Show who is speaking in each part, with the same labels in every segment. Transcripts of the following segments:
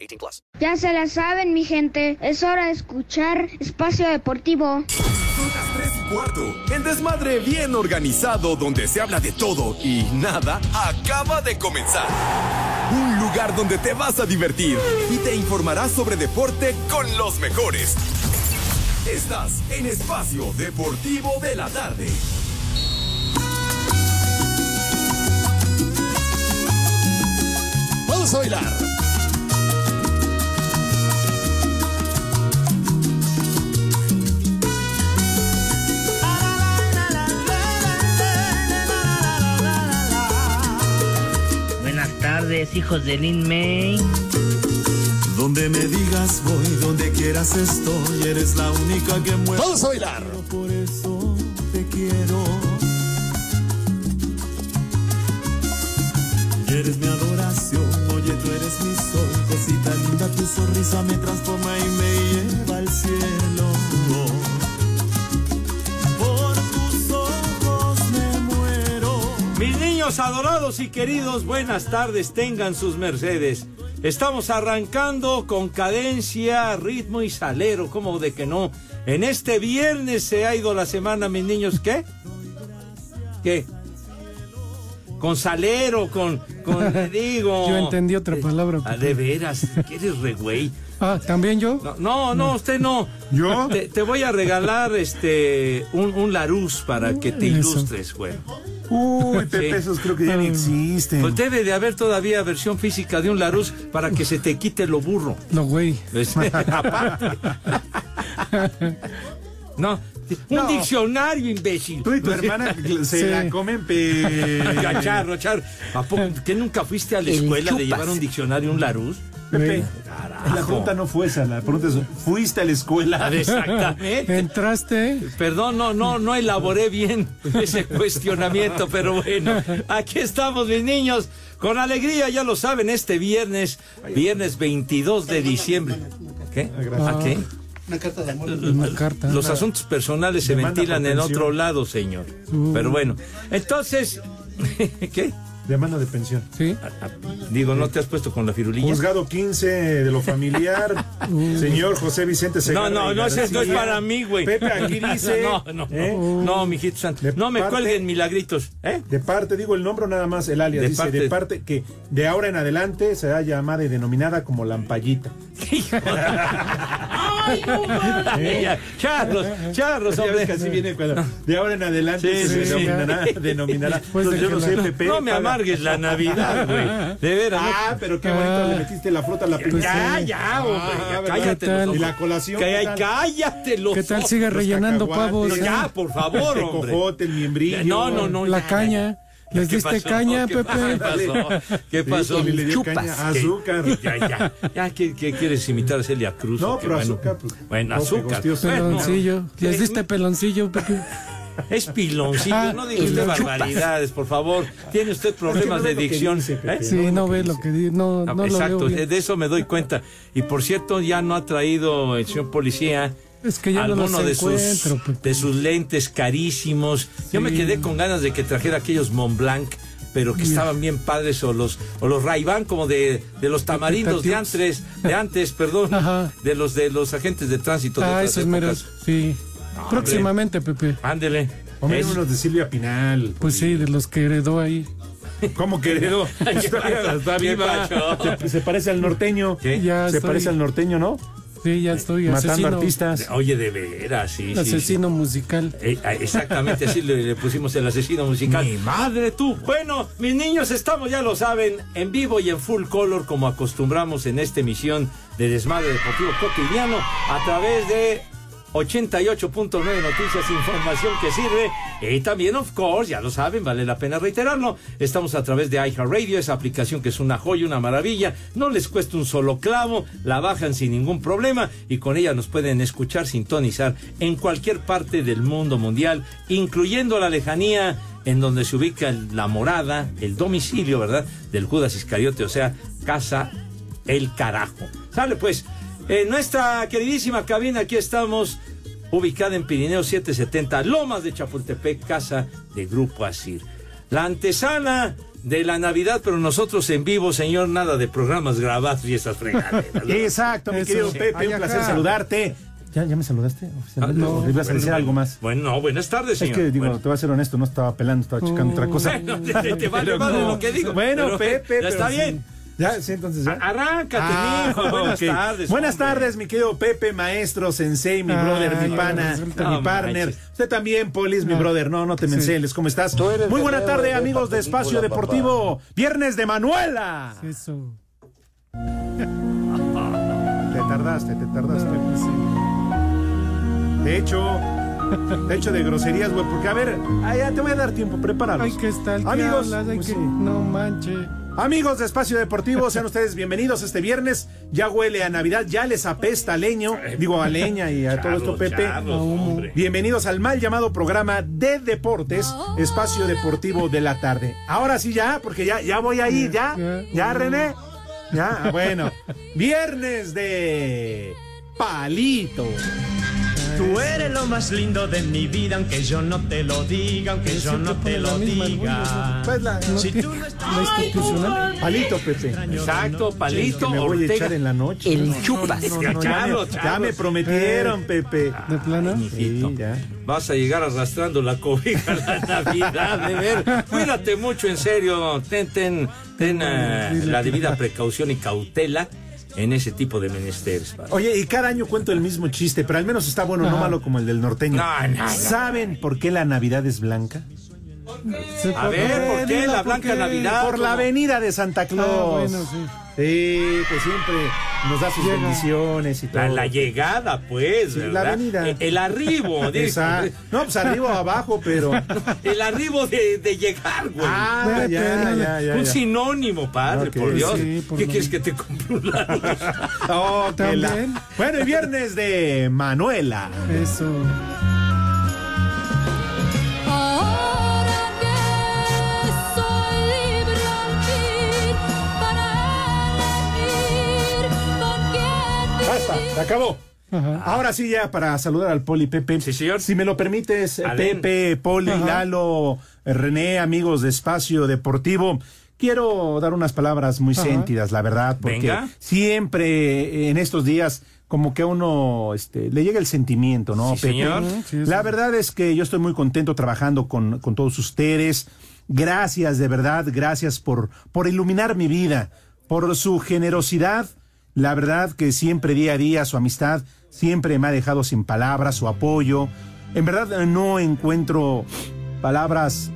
Speaker 1: 18 plus.
Speaker 2: Ya se la saben, mi gente. Es hora de escuchar Espacio Deportivo.
Speaker 3: Tres y cuarto. El desmadre bien organizado donde se habla de todo y nada acaba de comenzar. Un lugar donde te vas a divertir y te informarás sobre deporte con los mejores. Estás en Espacio Deportivo de la Tarde. Vamos a bailar.
Speaker 4: Buenas tardes, hijos de Lin May.
Speaker 5: Donde me digas voy, donde quieras estoy, eres la única que mueve.
Speaker 3: Vamos a bailar.
Speaker 5: Por eso te quiero. Eres mi adoración, oye tú eres mi sol, cosita linda, tu sonrisa me transforma y me lleva al cielo. Por tus ojos me muero.
Speaker 6: Mis niños adorados y queridos, buenas tardes, tengan sus mercedes. Estamos arrancando con cadencia, ritmo y salero, como de que no. En este viernes se ha ido la semana, mis niños, ¿qué? ¿Qué? Con salero, con, con le digo.
Speaker 7: Yo entendí otra palabra.
Speaker 6: Ah, de veras, que eres re güey.
Speaker 7: Ah, ¿también yo?
Speaker 6: No, no, no, usted no.
Speaker 7: ¿Yo?
Speaker 6: Te, te voy a regalar este un, un laruz para que te
Speaker 7: Eso.
Speaker 6: ilustres, güey.
Speaker 8: Uy,
Speaker 6: Sí.
Speaker 8: Pepe, esos creo que ya ni existen.
Speaker 6: Pues debe de haber todavía versión física de un Larus para que se te quite lo burro.
Speaker 7: No, güey.
Speaker 6: Es- aparte. no, un diccionario, imbécil.
Speaker 8: Tú y tu hermana se
Speaker 7: Sí.
Speaker 8: la comen, pe...
Speaker 6: Charro, charro. ¿A poco que nunca fuiste a la escuela de llevar un diccionario, un Larus?
Speaker 7: güey.
Speaker 8: Pepe.
Speaker 6: Ah,
Speaker 8: La pregunta no fue esa, la pregunta es, ¿fuiste a la escuela?
Speaker 6: Exactamente.
Speaker 7: Entraste.
Speaker 6: Perdón, no, no, no elaboré bien ese cuestionamiento, pero bueno, aquí estamos mis niños, con alegría, ya lo saben, este viernes, viernes 22 de diciembre. ¿Qué? ¿A qué?
Speaker 7: Una carta.
Speaker 6: Los asuntos personales se
Speaker 8: Demanda por
Speaker 6: ventilan en
Speaker 8: pensión.
Speaker 6: otro lado, señor. Pero bueno, entonces, ¿qué?
Speaker 8: Demanda de pensión.
Speaker 7: Sí.
Speaker 6: Digo, ¿no te has puesto con la firulilla?
Speaker 8: Juzgado 15 de lo familiar,
Speaker 7: Uh.
Speaker 8: señor José Vicente
Speaker 6: No,
Speaker 8: Segarra.
Speaker 6: no,
Speaker 8: y
Speaker 6: no, ese no es
Speaker 8: García.
Speaker 6: para mí, güey.
Speaker 8: Pepe, aquí dice...
Speaker 6: No, no, no,
Speaker 8: ¿eh?
Speaker 7: Uh.
Speaker 6: no, mijito santo.
Speaker 8: De
Speaker 6: No me
Speaker 8: parte-
Speaker 6: cuelguen milagritos, ¿eh?
Speaker 8: De parte, digo el nombre nada más, el alias,
Speaker 6: De
Speaker 8: dice,
Speaker 6: parte-
Speaker 8: de parte que de ahora en adelante será llamada y denominada como Lampallita.
Speaker 6: Ya, Charlos, charlos,
Speaker 8: Ya ves
Speaker 6: hombre.
Speaker 8: que así viene cuando- De ahora en adelante
Speaker 6: Sí,
Speaker 8: se
Speaker 6: sí, sí.
Speaker 8: denominará, denominará.
Speaker 7: Después
Speaker 8: Entonces,
Speaker 7: de
Speaker 8: yo no
Speaker 7: que
Speaker 8: sé,
Speaker 7: la-
Speaker 8: Pepe.
Speaker 6: No me
Speaker 8: paga-
Speaker 6: amargues la Navidad, güey. De veras. no-
Speaker 8: Ah, pero qué bonito le metiste la flota a la primera.
Speaker 6: ya,
Speaker 8: Ah,
Speaker 6: ya, hombre. ya, cállate
Speaker 7: Ah, ¿qué
Speaker 6: los
Speaker 7: tal?
Speaker 6: ojos.
Speaker 8: Y la colación,
Speaker 6: Calla-
Speaker 8: ¿qué tal?
Speaker 6: cállate los
Speaker 7: ¿Qué tal
Speaker 6: ojos.
Speaker 7: sigue rellenando
Speaker 8: cacahuates.
Speaker 7: pavos?
Speaker 6: Pero
Speaker 7: eh?
Speaker 6: ya, por favor,
Speaker 8: El
Speaker 6: hombre.
Speaker 8: cojote, el miembrillo.
Speaker 6: No, no, no.
Speaker 7: La
Speaker 6: ya,
Speaker 7: caña.
Speaker 6: ya.
Speaker 7: ¿Les
Speaker 6: ¿Qué
Speaker 7: diste
Speaker 6: pasó?
Speaker 7: caña,
Speaker 6: ¿Qué
Speaker 7: Pepe?
Speaker 6: pasó? ¿Qué
Speaker 8: Sí,
Speaker 6: pasó?
Speaker 8: le dio
Speaker 6: Chupas.
Speaker 8: caña,
Speaker 6: ¿Qué?
Speaker 8: azúcar.
Speaker 6: Ya, ya. ya ¿qué, qué quieres imitar a Celia Cruz?
Speaker 8: No,
Speaker 6: o qué?
Speaker 8: pero
Speaker 6: Bueno,
Speaker 8: azúcar, pues,
Speaker 6: Bueno,
Speaker 8: no,
Speaker 6: azúcar.
Speaker 8: que gustió.
Speaker 6: Bueno,
Speaker 7: Peloncillo. ¿Les
Speaker 6: eh,
Speaker 7: diste peloncillo, Pepe?
Speaker 6: Es piloncillo,
Speaker 7: Ah,
Speaker 6: no diga usted barbaridades, por favor. Tiene usted problemas
Speaker 8: Es que no
Speaker 6: de
Speaker 8: ve lo que
Speaker 6: dicción.
Speaker 8: dice, Pepe.
Speaker 6: ¿eh?
Speaker 7: Sí, no ve lo que dice. No,
Speaker 6: Ah,
Speaker 7: no lo
Speaker 6: Exacto,
Speaker 7: veo
Speaker 6: eh,
Speaker 7: bien.
Speaker 6: de eso me doy cuenta. Y por cierto, ya no ha traído el señor policía
Speaker 7: Es que ya no
Speaker 6: alguno
Speaker 7: los
Speaker 6: de, sus,
Speaker 7: encuentro, pues. Pepe.
Speaker 6: de sus lentes carísimos. Yo me quedé con ganas de que trajera aquellos Montblanc, pero que estaban bien padres, o los, o los ray como de, de los tamarindos de antes, de antes, perdón,
Speaker 7: Ajá.
Speaker 6: de los de los agentes de tránsito. de
Speaker 7: Ah,
Speaker 6: otras
Speaker 7: esos
Speaker 6: épocas.
Speaker 7: meros. Sí.
Speaker 6: hombre.
Speaker 7: Próximamente, Pepe.
Speaker 6: Ándele.
Speaker 8: O menos
Speaker 6: Es-
Speaker 8: unos de Silvia Pinal.
Speaker 7: Pues sí, de los que heredó ahí.
Speaker 8: ¿Cómo querido?
Speaker 6: pasó? ¿Qué pasó?
Speaker 8: Se, se parece al norteño.
Speaker 6: ¿Qué?
Speaker 7: Ya
Speaker 8: se
Speaker 7: estoy-
Speaker 8: parece al norteño, ¿no?
Speaker 7: Sí, ya estoy.
Speaker 8: Matando
Speaker 7: Asesino,
Speaker 8: artistas.
Speaker 6: Oye, de veras, sí. sí, sí.
Speaker 7: asesino musical.
Speaker 6: Eh, eh, Exactamente, así le, le pusimos el asesino musical. ¡Mi madre tú! Bueno, mis niños, estamos, ya lo saben, en vivo y en full color, como acostumbramos en esta emisión de Desmadre Deportivo Cotidiano, a través de 88.9 Noticias, información que sirve. Y también, of course, ya lo saben, vale la pena reiterarlo. Estamos a través de iHeartRadio, esa aplicación que es una joya, una maravilla. No les cuesta un solo clavo, la bajan sin ningún problema y con ella nos pueden escuchar, sintonizar en cualquier parte del mundo mundial, incluyendo la lejanía en donde se ubica la morada, el domicilio, ¿verdad? Del Judas Iscariote, o sea, casa el carajo. Sale pues, en nuestra queridísima cabina aquí estamos, ubicada en Pirineo 770, Lomas de Chapultepec, casa de Grupo Asir. La antesala de la Navidad, pero nosotros en vivo, señor, nada de programas grabados y esas fregaderas. ¿verdad?
Speaker 8: Exacto, mi
Speaker 7: Eso
Speaker 8: querido
Speaker 7: sí.
Speaker 8: Pepe,
Speaker 7: Ay,
Speaker 8: un
Speaker 7: ajá.
Speaker 8: placer saludarte. ¿Ya, ya me saludaste oficialmente? ¿O ibas a decir algo más?
Speaker 6: Bueno, no, Ah, buenas tardes,
Speaker 8: Es
Speaker 6: señor.
Speaker 8: que, digo,
Speaker 6: Bueno.
Speaker 8: te voy a ser honesto, no estaba pelando, estaba checando otra cosa.
Speaker 6: Bueno, te, te vale
Speaker 8: Pero
Speaker 6: madre
Speaker 8: no.
Speaker 6: lo que digo.
Speaker 8: Bueno,
Speaker 6: pero-
Speaker 8: Pepe,
Speaker 6: ya está
Speaker 8: pero
Speaker 6: bien.
Speaker 8: sí. Ya, sí, entonces ya.
Speaker 6: Arráncate,
Speaker 8: Ah,
Speaker 6: mijo.
Speaker 8: buenas
Speaker 6: Ok.
Speaker 8: tardes. Buenas
Speaker 6: hombre.
Speaker 8: tardes, mi querido Pepe, maestro, sensei, mi
Speaker 7: Ay,
Speaker 8: brother, mi
Speaker 7: ahora
Speaker 8: pana,
Speaker 7: resulta
Speaker 8: mi
Speaker 6: que-
Speaker 8: partner.
Speaker 6: No manches.
Speaker 8: Usted también, Polis, mi brother. No, no te menceles. ¿Cómo estás? Muy buena tarde, amigos de Espacio Deportivo. Viernes de Manuela.
Speaker 7: Eso.
Speaker 8: Te tardaste, te tardaste.
Speaker 7: Sí.
Speaker 8: De hecho, de hecho de groserías, güey, porque a ver, ah, ya te voy a dar tiempo, prepáralos.
Speaker 7: Hay que estar. ¿qué
Speaker 8: amigos,
Speaker 7: hablas? Hay
Speaker 8: pues
Speaker 7: que-
Speaker 8: sí.
Speaker 7: No manche.
Speaker 8: amigos de Espacio Deportivo, sean ustedes bienvenidos este viernes. Ya huele a Navidad, ya les apesta a leño, digo a leña y a todo esto,
Speaker 6: Charlos,
Speaker 8: Pepe.
Speaker 6: charlos, Eh, hombre.
Speaker 8: Bienvenidos al mal llamado programa de deportes, Espacio Deportivo de la Tarde. Ahora sí ya, porque ya, ya voy ahí, ya, ya René, ya, ah, bueno. Viernes de palito.
Speaker 9: Tú eres lo más lindo de mi vida, aunque yo no te lo diga, aunque
Speaker 7: Pero
Speaker 9: yo
Speaker 7: siempre
Speaker 9: no te
Speaker 7: pone la
Speaker 9: lo
Speaker 7: misma, el
Speaker 9: diga.
Speaker 8: Pues la-
Speaker 7: No
Speaker 9: Si
Speaker 7: tiene-
Speaker 9: tú no estás-
Speaker 7: La institucional.
Speaker 8: Palito, Pepe.
Speaker 6: Exacto, palito,
Speaker 8: Me voy a
Speaker 6: Ortega.
Speaker 8: echar en la noche.
Speaker 1: El chupas.
Speaker 8: No, no, no, ya, me-
Speaker 6: Charlos,
Speaker 8: ya me
Speaker 6: charlos. Eh,
Speaker 8: prometieron, Pepe.
Speaker 7: ¿De plano?
Speaker 8: Sí, ya.
Speaker 6: Vas a llegar arrastrando la cobija a la Navidad, de ver. Cuídate mucho, en serio. Ten, ten, ten eh, la debida precaución y cautela en ese tipo de menesteres. padre.
Speaker 8: Oye, y cada año cuento el mismo chiste, pero al menos está bueno, no
Speaker 7: Ajá.
Speaker 8: malo como el del norteño.
Speaker 6: No, no, no.
Speaker 8: ¿Saben por qué la Navidad es blanca?
Speaker 7: Se
Speaker 6: A ver,
Speaker 7: pone-
Speaker 6: ¿por qué la Blanca Navidad?
Speaker 8: Por la
Speaker 6: ¿Cómo?
Speaker 8: avenida de Santa Claus.
Speaker 7: Ah, bueno, sí.
Speaker 8: Sí, que siempre nos da sus
Speaker 7: Llega.
Speaker 8: bendiciones y todo.
Speaker 6: La, la llegada, pues,
Speaker 8: Sí, la
Speaker 6: ¿verdad?
Speaker 8: venida.
Speaker 6: El, el arribo, dice.
Speaker 8: Esa- No, pues arriba o abajo, pero.
Speaker 6: El arribo de, de llegar, güey.
Speaker 8: Ah, ya, ya, ya, ya.
Speaker 6: un sinónimo, padre,
Speaker 8: Ok.
Speaker 6: por Dios.
Speaker 7: Sí, por
Speaker 6: ¿Qué
Speaker 7: lo
Speaker 6: quieres que te compre un lado?
Speaker 8: Oh, que la-
Speaker 7: También.
Speaker 8: Bueno, y viernes de Manuela.
Speaker 7: Eso.
Speaker 9: Ahora que soy libre al fin, para elegir con quién
Speaker 8: Basta, se acabó.
Speaker 7: Ajá.
Speaker 8: Ahora sí, ya para saludar al Poli Pepe.
Speaker 6: Sí, señor.
Speaker 8: Si me lo permites, eh,
Speaker 6: Adén.
Speaker 8: Pepe, Poli, Lalo, eh, René, amigos de Espacio Deportivo. Quiero dar unas palabras muy sentidas, la verdad, porque
Speaker 6: Venga.
Speaker 8: siempre eh, en estos días como que a uno este, le llega el sentimiento, ¿no,
Speaker 6: Sí,
Speaker 8: Pepe?
Speaker 6: señor.
Speaker 7: Sí, sí.
Speaker 8: La verdad es que yo estoy muy contento trabajando con, con todos ustedes. Gracias, de verdad, gracias por, por iluminar mi vida, por su generosidad. La verdad que siempre día a día su amistad siempre me ha dejado sin palabras, su apoyo. En verdad eh, no encuentro palabras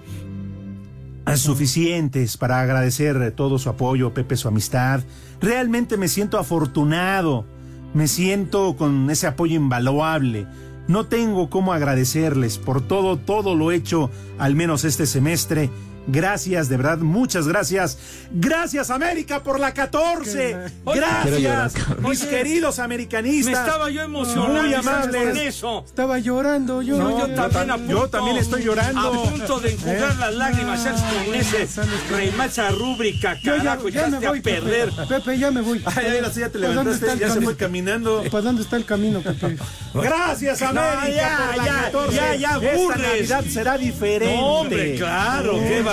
Speaker 8: Ah, suficientes para agradecer todo su apoyo, Pepe, su amistad. Realmente me siento afortunado, me siento con ese apoyo invaluable. No tengo cómo agradecerles por todo, todo lo hecho, al menos este semestre. Gracias, de verdad, muchas gracias. Gracias América por la 14.
Speaker 6: Oye,
Speaker 8: Gracias, mis
Speaker 6: Oye,
Speaker 8: queridos
Speaker 6: Me
Speaker 8: americanistas.
Speaker 6: estaba yo emocionando
Speaker 8: Muy
Speaker 6: ¿sabes?
Speaker 8: amables.
Speaker 6: con eso.
Speaker 7: Estaba llorando, yo.
Speaker 8: No,
Speaker 6: yo, también a
Speaker 8: yo
Speaker 6: punto-
Speaker 8: también estoy llorando.
Speaker 6: A punto de enjugar
Speaker 8: ¿Eh?
Speaker 6: las lágrimas, ¿sabes? Con
Speaker 7: No,
Speaker 6: ese
Speaker 7: ¿sabes qué?
Speaker 6: remacha rúbrica,
Speaker 7: Yo ya,
Speaker 6: carajo,
Speaker 7: ya me
Speaker 6: echaste a
Speaker 7: voy,
Speaker 6: perder.
Speaker 7: Pepe. Pepe, ya me voy.
Speaker 8: Ay, ay, sí, ya te
Speaker 7: ¿Para dónde
Speaker 8: levantaste,
Speaker 7: está el
Speaker 8: ya se
Speaker 7: camino?
Speaker 8: fue caminando.
Speaker 7: ¿Para dónde está el camino, Pepe?
Speaker 8: Gracias América
Speaker 6: ya,
Speaker 8: por la
Speaker 6: ya,
Speaker 8: 14.
Speaker 6: ya, ya,
Speaker 8: Esta
Speaker 6: aburres.
Speaker 8: Navidad será diferente.
Speaker 6: No, hombre, claro, qué barbaridad.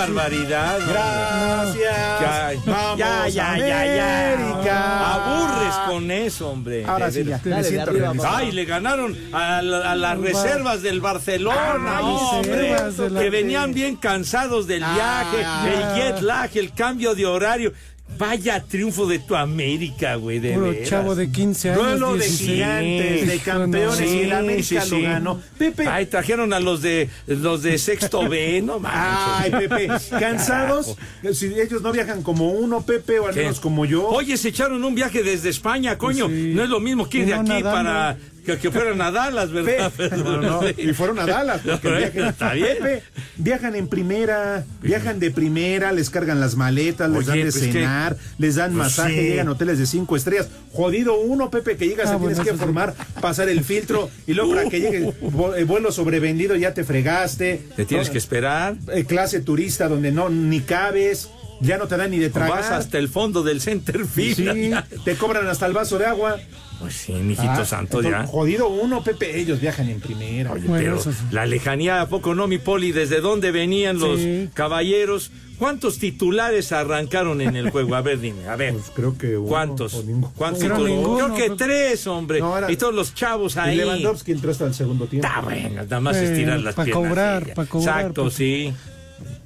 Speaker 6: hombre. Ya,
Speaker 8: Gracias. Vamos,
Speaker 6: ya, ya, ya, ya.
Speaker 8: América.
Speaker 6: Aburres con eso, hombre.
Speaker 8: Ahora
Speaker 6: De
Speaker 8: sí, ya.
Speaker 6: veras.
Speaker 8: me siento realizado.
Speaker 6: Ay, le ganaron a, la- a las reservas del
Speaker 8: Ah,
Speaker 6: Barcelona,
Speaker 7: Ay,
Speaker 6: hombre,
Speaker 7: reservas de la-
Speaker 6: que venían bien cansados del viaje, el jet lag, el cambio de horario. Vaya triunfo de tu América, güey, de
Speaker 7: Puro
Speaker 6: veras.
Speaker 7: chavo de 15 años.
Speaker 8: Duelo de
Speaker 7: 16.
Speaker 8: gigantes, de campeones
Speaker 7: Sí,
Speaker 8: y el América
Speaker 6: sí,
Speaker 8: lo
Speaker 6: sí.
Speaker 8: ganó. Pepe,
Speaker 6: Ay, trajeron a los de los de sexto B, no manches.
Speaker 8: Ay, Pepe, cansados. Si ellos no viajan como uno, Pepe, o al
Speaker 6: ¿Qué?
Speaker 8: menos como yo. Pues
Speaker 6: Oye, se echaron un viaje desde España, coño.
Speaker 7: Sí.
Speaker 6: No es lo mismo que ir de
Speaker 7: Uno
Speaker 6: aquí
Speaker 7: nadando.
Speaker 6: para, Que, que fueron a Dallas, ¿verdad?
Speaker 8: No, no,
Speaker 6: Sí.
Speaker 8: Y fueron a Dallas. porque
Speaker 6: Pero,
Speaker 8: viajan,
Speaker 6: Está bien.
Speaker 8: Pepe, viajan en primera, viajan de primera, les cargan las maletas, les
Speaker 6: Oye,
Speaker 8: dan de
Speaker 6: pues, ¿qué?
Speaker 8: cenar, les dan
Speaker 6: Pues,
Speaker 8: masaje,
Speaker 6: sí.
Speaker 8: llegan a hoteles de cinco estrellas. Jodido uno, Pepe, que llegas
Speaker 9: Ah,
Speaker 8: te
Speaker 9: bueno,
Speaker 8: tienes que
Speaker 9: eso sí.
Speaker 8: formar, pasar el filtro y luego para que llegue
Speaker 6: Uh.
Speaker 8: vo- eh, vuelo sobrevendido ya te fregaste.
Speaker 6: Te tienes que esperar.
Speaker 8: Eh, clase turista donde no ni cabes, ya no te dan ni de tragar.
Speaker 6: Vas hasta el fondo del center
Speaker 8: Sí,
Speaker 6: field. allá.
Speaker 8: te cobran hasta el vaso de agua.
Speaker 6: Pues sí, mijito
Speaker 8: Ah,
Speaker 6: santo,
Speaker 8: entonces,
Speaker 6: ya.
Speaker 8: Jodido uno, Pepe, ellos viajan en primera.
Speaker 6: Oye,
Speaker 9: Bueno,
Speaker 6: pero
Speaker 9: eso sí.
Speaker 6: la lejanía, ¿a poco no, mi poli? ¿Desde dónde venían los
Speaker 9: Sí.
Speaker 6: caballeros? ¿Cuántos titulares arrancaron en el juego? A ver, dime, a ver.
Speaker 8: Pues creo que uno
Speaker 6: ¿Cuántos?
Speaker 8: o ninguno.
Speaker 6: ¿Cuántos
Speaker 9: Creo
Speaker 6: titulares?
Speaker 9: ninguno,
Speaker 6: Creo que
Speaker 9: pues.
Speaker 6: tres, hombre.
Speaker 8: No, era-
Speaker 6: Y todos los chavos
Speaker 8: Y
Speaker 6: Pues ahí.
Speaker 8: Lewandowski entró hasta el segundo tiempo.
Speaker 6: Está bueno, nada más
Speaker 9: Bueno,
Speaker 6: estirar las
Speaker 9: pa'
Speaker 6: piernas.
Speaker 9: cobrar,
Speaker 6: y ya.
Speaker 9: pa' cobrar,
Speaker 6: Exacto,
Speaker 9: pues.
Speaker 6: sí.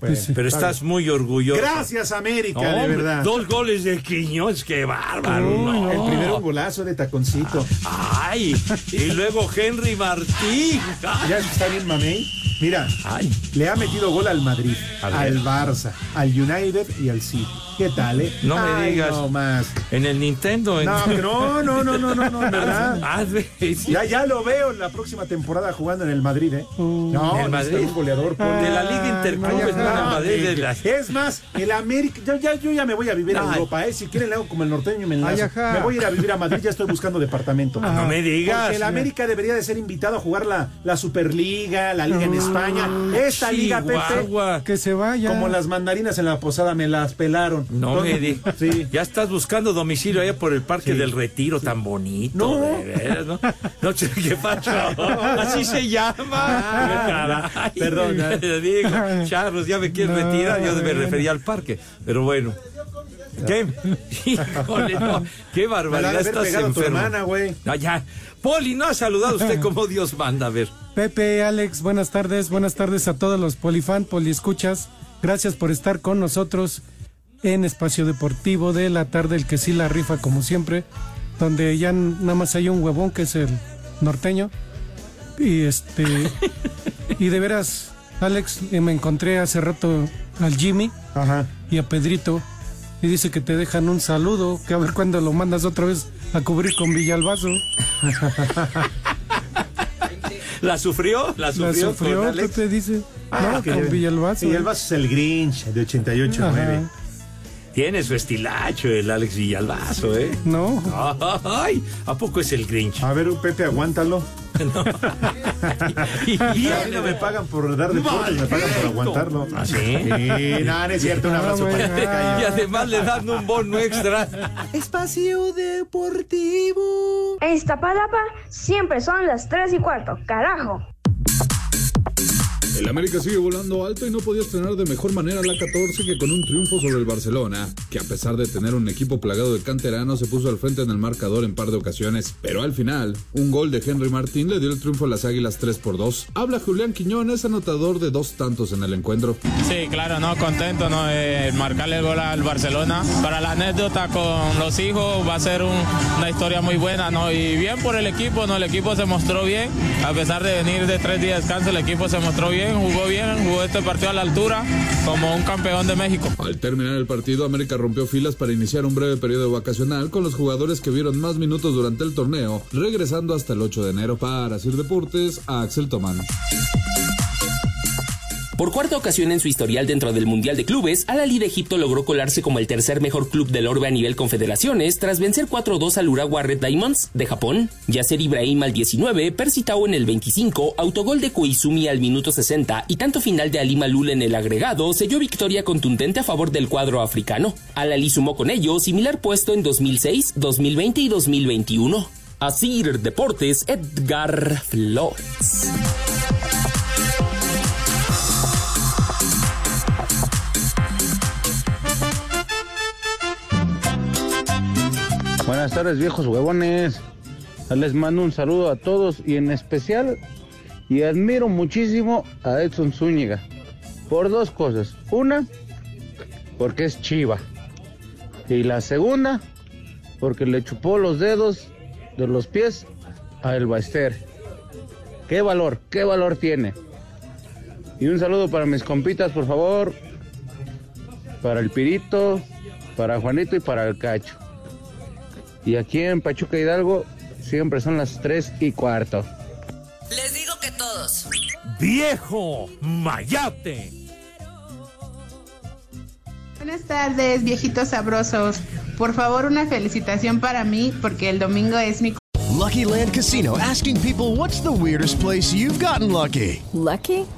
Speaker 8: Bueno,
Speaker 9: Sí,
Speaker 6: Pero
Speaker 8: está
Speaker 6: estás
Speaker 8: bien.
Speaker 6: muy orgulloso.
Speaker 8: Pues Gracias, América,
Speaker 6: No,
Speaker 8: de
Speaker 6: hombre,
Speaker 8: verdad.
Speaker 6: Dos goles de Quiñones, qué bárbaro.
Speaker 9: Uy,
Speaker 6: no.
Speaker 8: El primero un golazo de taconcito.
Speaker 6: Ay, y luego Henry Martín.
Speaker 8: Ya está bien, mamey. Mira,
Speaker 6: Ay.
Speaker 8: le ha metido gol al Madrid,
Speaker 6: A ver.
Speaker 8: al Barça, al United y al City. ¿Qué tal, eh?
Speaker 6: No me
Speaker 8: Ay,
Speaker 6: digas.
Speaker 8: No más.
Speaker 6: En el Nintendo. En...
Speaker 8: No, pero no, no, no, no, no, no, en verdad.
Speaker 6: Ah, sí, sí.
Speaker 8: Ya, ya lo veo en la próxima temporada jugando en el Madrid, ¿eh? No,
Speaker 6: Oh. ¿En el
Speaker 8: necesita
Speaker 6: Madrid?
Speaker 8: un goleador. por-
Speaker 6: De la Liga Interclubes,
Speaker 8: Ay,
Speaker 6: no,
Speaker 8: no,
Speaker 6: la Madrid de la-
Speaker 8: Es más, el América. Yo ya, yo ya me voy a vivir a
Speaker 6: Ay.
Speaker 8: Europa, ¿eh? Si quieren, le hago como el norteño y me enlazo.
Speaker 9: Ay, ajá.
Speaker 8: Me voy a ir a vivir a Madrid, ya estoy buscando departamento.
Speaker 6: Ah, no me digas.
Speaker 8: Porque el América debería de ser invitado a jugar la, la Superliga, la
Speaker 6: Ah,
Speaker 8: Liga en España. Esta Liga, Pepe.
Speaker 6: Chihuahua.
Speaker 9: Que se vaya.
Speaker 8: Como las mandarinas en la posada me las pelaron.
Speaker 6: No me di.
Speaker 8: Sí.
Speaker 6: Ya estás buscando domicilio allá por el Parque del Retiro, tan bonito.
Speaker 8: No.
Speaker 6: de veras, ¿no? No, che, ¿qué pasa? Así se llama. Caray.
Speaker 8: Perdón, ¿eh? ya.
Speaker 6: Te digo, Charros, ya me quieres
Speaker 9: No,
Speaker 6: retirar. Yo me
Speaker 9: bueno.
Speaker 6: refería al parque. Pero bueno. ¿Qué? Híjole, no. Qué
Speaker 8: Me la ha
Speaker 6: barbaridad.
Speaker 8: de haber
Speaker 6: Estás
Speaker 8: pegado tu
Speaker 6: enfermo.
Speaker 8: hermana, güey.
Speaker 6: Ah, ya. Poli, no ha saludado usted como Dios manda. A ver.
Speaker 9: Pepe, Alex, buenas tardes. Buenas tardes a todos los polifan, poliescuchas. Gracias por estar con nosotros en Espacio Deportivo de la tarde, el que sí la rifa como siempre, donde ya n- nada más hay un huevón que es el norteño. Y este y de veras, Alex, eh, me encontré hace rato al Jimmy
Speaker 8: Ajá.
Speaker 9: y a Pedrito y dice que te dejan un saludo, que a ver cuándo lo mandas otra vez a cubrir con Villalbazo.
Speaker 6: ¿La sufrió? ¿La
Speaker 9: La
Speaker 6: sufrió?
Speaker 9: sufrió,
Speaker 6: con Alex?
Speaker 9: Pepe dice. no,
Speaker 8: que-
Speaker 9: con Villalbazo. eh.
Speaker 8: Villalbazo es Ah, el Grinch de 88-9.
Speaker 9: Ajá.
Speaker 6: Tiene su estilacho el Alex Villalbazo, ¿eh?
Speaker 9: No,
Speaker 6: Ay, ¿a poco es el Grinch?
Speaker 8: A ver, Pepe, aguántalo.
Speaker 6: Y- y-
Speaker 8: A mí no me pagan por dar deportes, me pagan por aguantarlo.
Speaker 6: ¿Ah, sí?
Speaker 8: Sí, no, no es cierto. Un abrazo para
Speaker 9: bueno.
Speaker 8: Pepe Gallo.
Speaker 6: y además le dan un bono extra.
Speaker 10: En Iztapalapa siempre son las 3 y cuarto, carajo.
Speaker 11: El América sigue volando alto y no podía estrenar de mejor manera la 14 que con un triunfo sobre el Barcelona, que a pesar de tener un equipo plagado de canteranos se puso al frente en el marcador en par de ocasiones. Pero al final, un gol de Henry Martín le dio el triunfo a las Águilas 3 por 2. Habla Julián Quiñones, anotador de dos tantos en el encuentro.
Speaker 5: Sí, claro, no, contento, no, Eh, marcarle el gol al Barcelona. Para la anécdota con los hijos va a ser un- una historia muy buena, no, y bien por el equipo, no, el equipo se mostró bien, a pesar de venir de tres días de descanso, el equipo se mostró bien, jugó bien, jugó este partido a la altura, como un campeón de México.
Speaker 11: Al terminar el partido, América rompió filas para iniciar un breve periodo vacacional con los jugadores que vieron más minutos durante el torneo, regresando hasta el 8 de enero para Sir Deportes a Axel Tomán.
Speaker 12: Por cuarta ocasión en su historial dentro del Mundial de Clubes, Al Ahly de Egipto logró colarse como el tercer mejor club del orbe a nivel confederaciones tras vencer 4-2 al Urawa Red Diamonds de Japón. Yasser Ibrahim al 19, Percy Tau en el 25, autogol de Koizumi al minuto 60 y tanto final de Ali Malul en el agregado selló victoria contundente a favor del cuadro africano. Al Ahly sumó con ello similar puesto en 2006, 2020 y 2021. Asir Deportes, Edgar Flores.
Speaker 5: Buenas tardes, viejos huevones. Les mando un saludo a todos y en especial y admiro muchísimo a Edson Zúñiga por dos cosas. Una, porque es chiva. Y la segunda, porque le chupó los dedos de los pies a El Baester. Qué valor, qué valor tiene. Y un saludo para mis compitas, por favor. Para el Pirito, para Juanito y para el Cacho. Y aquí en Pachuca Hidalgo, si
Speaker 13: siempre son las 3 y cuarto.
Speaker 14: Les digo que todos.
Speaker 6: ¡Viejo Mayate!
Speaker 15: Buenas tardes, viejitos sabrosos. Por favor, una felicitación para mí porque el domingo es mi
Speaker 16: Lucky Land Casino asking people what's the weirdest place you've gotten lucky?
Speaker 17: Lucky?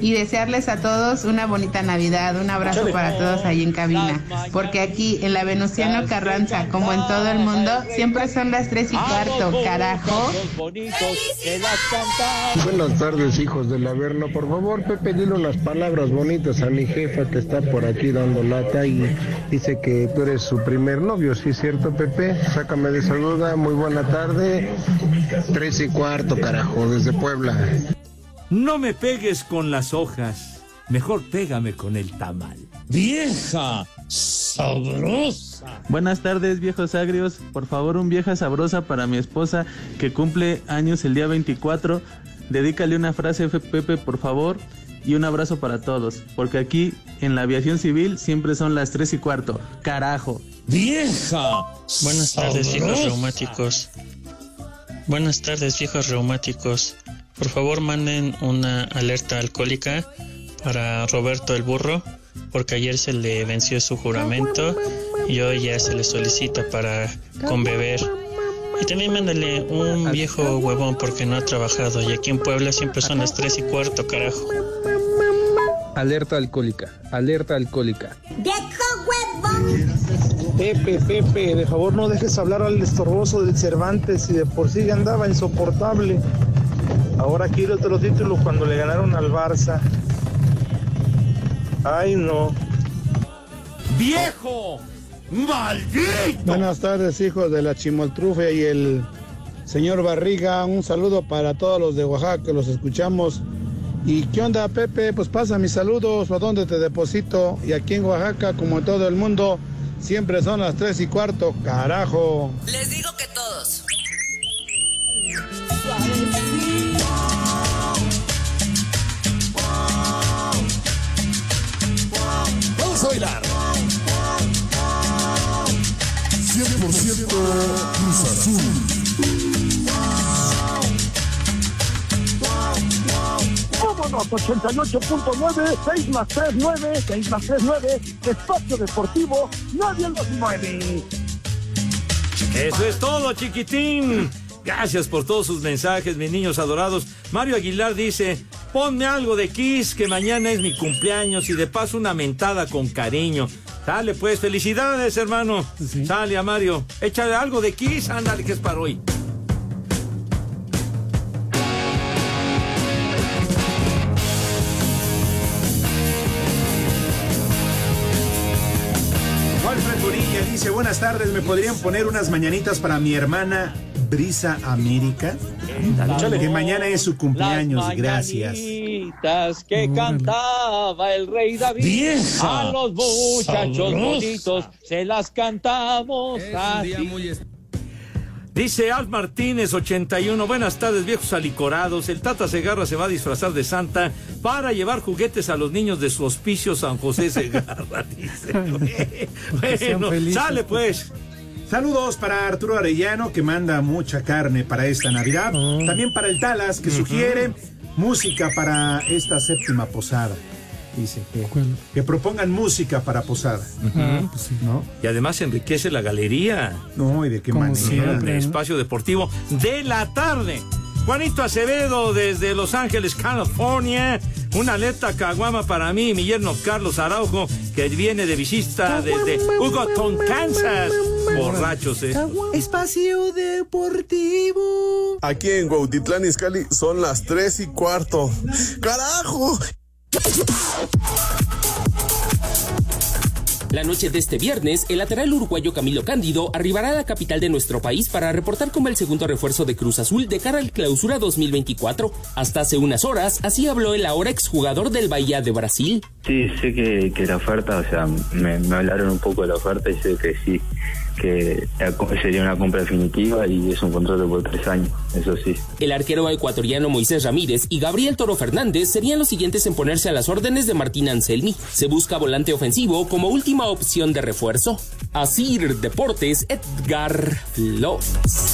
Speaker 15: y desearles a todos una bonita Navidad, un abrazo para todos ahí en cabina, porque aquí en la Venustiano Carranza, como en todo el mundo, siempre son las tres y cuarto, carajo.
Speaker 18: Buenas tardes, hijos del Averno. Por favor, Pepe, dile unas palabras bonitas a mi jefa que está por aquí dando lata y dice que tú eres su primer novio. ¿Sí es cierto, Pepe? Sácame de esa duda. Muy buena tarde. Tres y cuarto, carajo, desde Puebla.
Speaker 6: No me pegues con las hojas, mejor pégame con el tamal. ¡Vieja! ¡Sabrosa!
Speaker 5: Buenas tardes, viejos agrios. Por favor, un vieja sabrosa para mi esposa que cumple años el día 24. Dedícale una frase, F- Pepe, por favor, y un abrazo para todos, porque aquí en la aviación civil siempre son las 3 y cuarto. ¡Carajo!
Speaker 6: ¡Vieja!
Speaker 5: Oh,
Speaker 19: Buenas tardes, viejos reumáticos. Buenas tardes, viejos reumáticos. Por favor, manden una alerta alcohólica para Roberto el Burro, porque ayer se le venció su juramento y hoy ya se le solicita para conbeber. Y también mándale un viejo huevón porque no ha trabajado y aquí en Puebla siempre son las 3 y cuarto, carajo.
Speaker 18: Alerta alcohólica, alerta alcohólica.
Speaker 20: Pepe, Pepe, de favor no dejes hablar al estorboso del Cervantes, y de por sí ya andaba insoportable. Ahora quiero otro título cuando le ganaron al Barça. Ay, no.
Speaker 6: ¡Viejo! ¡Maldito!
Speaker 20: Buenas tardes, hijos de la Chimoltrufe y el señor Barriga. Un saludo para todos los de Oaxaca que los escuchamos. ¿Y qué onda, Pepe? Pues pasa mis saludos, ¿a dónde te deposito? Y aquí en Oaxaca, como en todo el mundo, siempre son las tres y cuarto, carajo.
Speaker 14: Les digo que todos.
Speaker 21: Vamos a bailar. 100% Cruz Azul.
Speaker 22: Vámonos, 88.9, 6 más 3, 9, 6 más 3, 9, espacio deportivo, nadie los mueve.
Speaker 6: Eso es todo, chiquitín. Gracias por todos sus mensajes, mis niños adorados. Mario Aguilar dice, ponme algo de Kiss, que mañana es mi cumpleaños y de paso una mentada con cariño. Dale pues, felicidades, hermano. Sale a Mario, échale algo de Kiss, ándale que es para hoy.
Speaker 8: Walfred Bonilla dice, buenas tardes, ¿me podrían poner unas mañanitas para mi hermana Brisa América?
Speaker 7: Ándale.
Speaker 8: Que mañana es su cumpleaños, gracias.
Speaker 7: mañanitas que cantaba el rey David.
Speaker 8: ¡Vieja!
Speaker 7: A los muchachos
Speaker 6: ¡Sabrosa!
Speaker 7: bonitos se las cantamos así.
Speaker 6: Dice Alf Martínez 81, buenas tardes viejos alicorados, el Tata Segarra se va a disfrazar de Santa para llevar juguetes a los niños de su hospicio San José Segarra, dice.
Speaker 8: Que sean
Speaker 6: Bueno,
Speaker 8: felices.
Speaker 6: sale pues.
Speaker 8: Saludos para Arturo Arellano, que manda mucha carne para esta Navidad. También para el Talas, que sugiere música para esta séptima posada. Dice que, que propongan música para posada.
Speaker 6: Ujú.
Speaker 8: ¿No?
Speaker 6: Y además enriquece la galería.
Speaker 8: No, y de qué manera.
Speaker 6: Siempre, espacio deportivo de la tarde. Juanito Acevedo desde Los Ángeles, California. Una alerta caguama para mí, mi yerno Carlos Araujo, que viene de visita desde Hugoton, Kansas. Borrachos, eh.
Speaker 23: Espacio Deportivo.
Speaker 3: Aquí en Huautitlán, Izcalli, son las 3 y cuarto. ¡Carajo!
Speaker 12: La noche de este viernes, el lateral uruguayo Camilo Cándido arribará a la capital de nuestro país para reportar como el segundo refuerzo de Cruz Azul de cara al clausura 2024. Hasta hace unas horas, así habló el ahora exjugador del Bahía de Brasil.
Speaker 24: Sí, sé que, que la oferta, o sea, me, me hablaron un poco de la oferta y sé que sí, que sería una compra definitiva y es un contrato por tres años, eso sí.
Speaker 12: El arquero ecuatoriano Moisés Ramírez y Gabriel Toro Fernández serían los siguientes en ponerse a las órdenes de Martín Anselmi. Se busca volante ofensivo como última opción de refuerzo. Asir Deportes, Edgar López.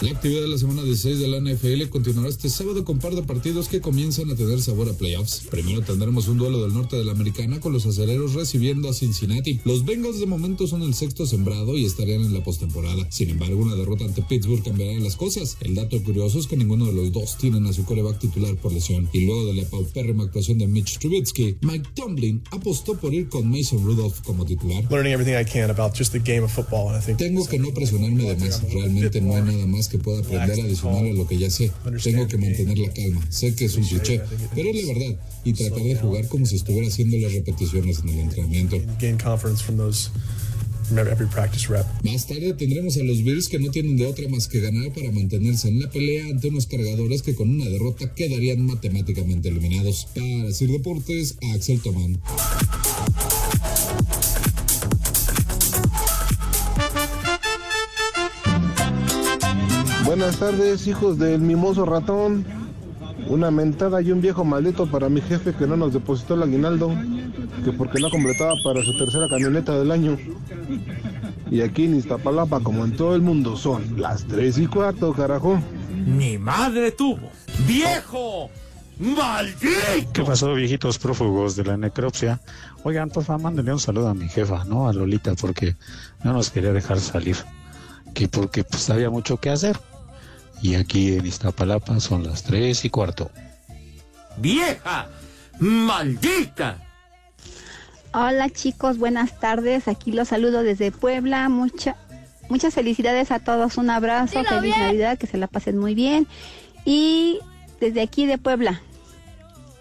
Speaker 11: La actividad de la semana 16 de la NFL continuará este sábado con par de partidos que comienzan a tener sabor a playoffs. Primero tendremos un duelo del norte de la americana con los aceleros recibiendo a Cincinnati. Los Bengals de momento son el sexto sembrado y estarían en la postemporada. Sin embargo, una derrota ante Pittsburgh cambiará las cosas. El dato curioso es que ninguno de los dos tienen a su coreback titular por lesión. Y luego de la paupérrima actuación de Mitch Trubisky, Mike Tomlin apostó por ir con Mason Rudolph como titular. Tengo que no presionarme de más. Realmente no hay nada más que pueda aprender adicional a lo que ya sé. Tengo que mantener la calma. Sé que es un cliché, pero es la verdad. Y tratar de jugar como si estuviera haciendo las repeticiones en el entrenamiento. Más tarde tendremos a los Bills que no tienen de otra más que ganar para mantenerse en la pelea ante unos cargadores que con una derrota quedarían matemáticamente eliminados. Para decir deportes, a Axel Tomán.
Speaker 18: Buenas tardes, hijos del mimoso ratón. Una mentada y un viejo maldito para mi jefe que no nos depositó el aguinaldo, que porque no completaba para su tercera camioneta del año. Y aquí en Iztapalapa, como en todo el mundo, son las 3 y cuarto, carajo.
Speaker 6: Mi madre tuvo. ¡Viejo! ¡Maldito!
Speaker 1: ¿Qué pasó, viejitos prófugos de la necropsia? Oigan, por favor, mándenle un saludo a mi jefa, ¿no? A Lolita, porque no nos quería dejar salir. Que porque pues había mucho que hacer. Y aquí en Iztapalapa son las 3 y cuarto.
Speaker 6: ¡Vieja! ¡Maldita!
Speaker 2: Hola chicos, buenas tardes. Aquí los saludo desde Puebla. Mucha, muchas felicidades a todos. Un abrazo, feliz bien! Navidad, que se la pasen muy bien. Y desde aquí de Puebla,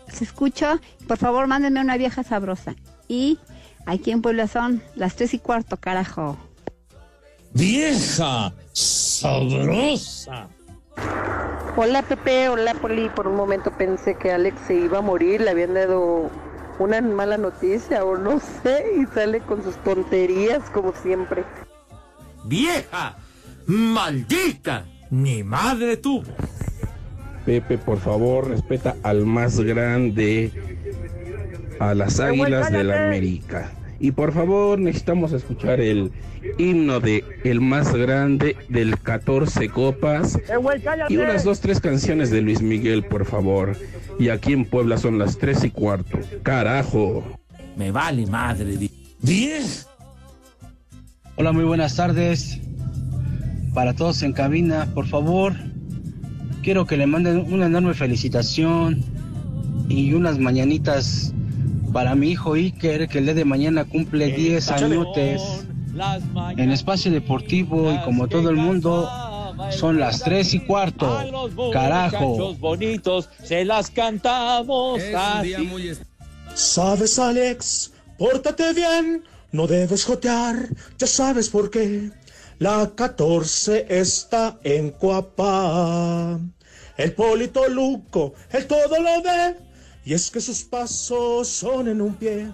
Speaker 2: se escucho. Por favor, mándenme una vieja sabrosa. Y aquí en Puebla son las 3 y cuarto, carajo.
Speaker 6: ¡Vieja sabrosa!
Speaker 3: Hola Pepe, hola Poli. Por un momento pensé que Alex se iba a morir, le habían dado una mala noticia o no sé, y sale con sus tonterías como siempre.
Speaker 6: ¡Vieja! ¡Maldita! ¡Mi madre tuvo!
Speaker 4: Pepe, por favor, respeta al más grande, a las águilas de la América. Y por favor, necesitamos escuchar el himno de el más grande del 14 copas y unas dos tres canciones de Luis Miguel, por favor. Y aquí en Puebla son las tres y cuarto. Carajo.
Speaker 6: Me vale madre. 10.
Speaker 5: Hola, muy buenas tardes. Para todos en cabina, por favor, quiero que le manden una enorme felicitación y unas mañanitas para mi hijo Iker, que el día de mañana cumple 10 añotes en espacio deportivo y como todo el mundo. Son las tres y cuarto. A los Carajo.
Speaker 25: bonitos se las cantamos. Así.
Speaker 21: Muy... Sabes, Alex, pórtate bien. No debes jotear. Ya sabes por qué. La 14 está en Cuapa. El polito luco, el todo lo ve. Y es que sus pasos son en un pie.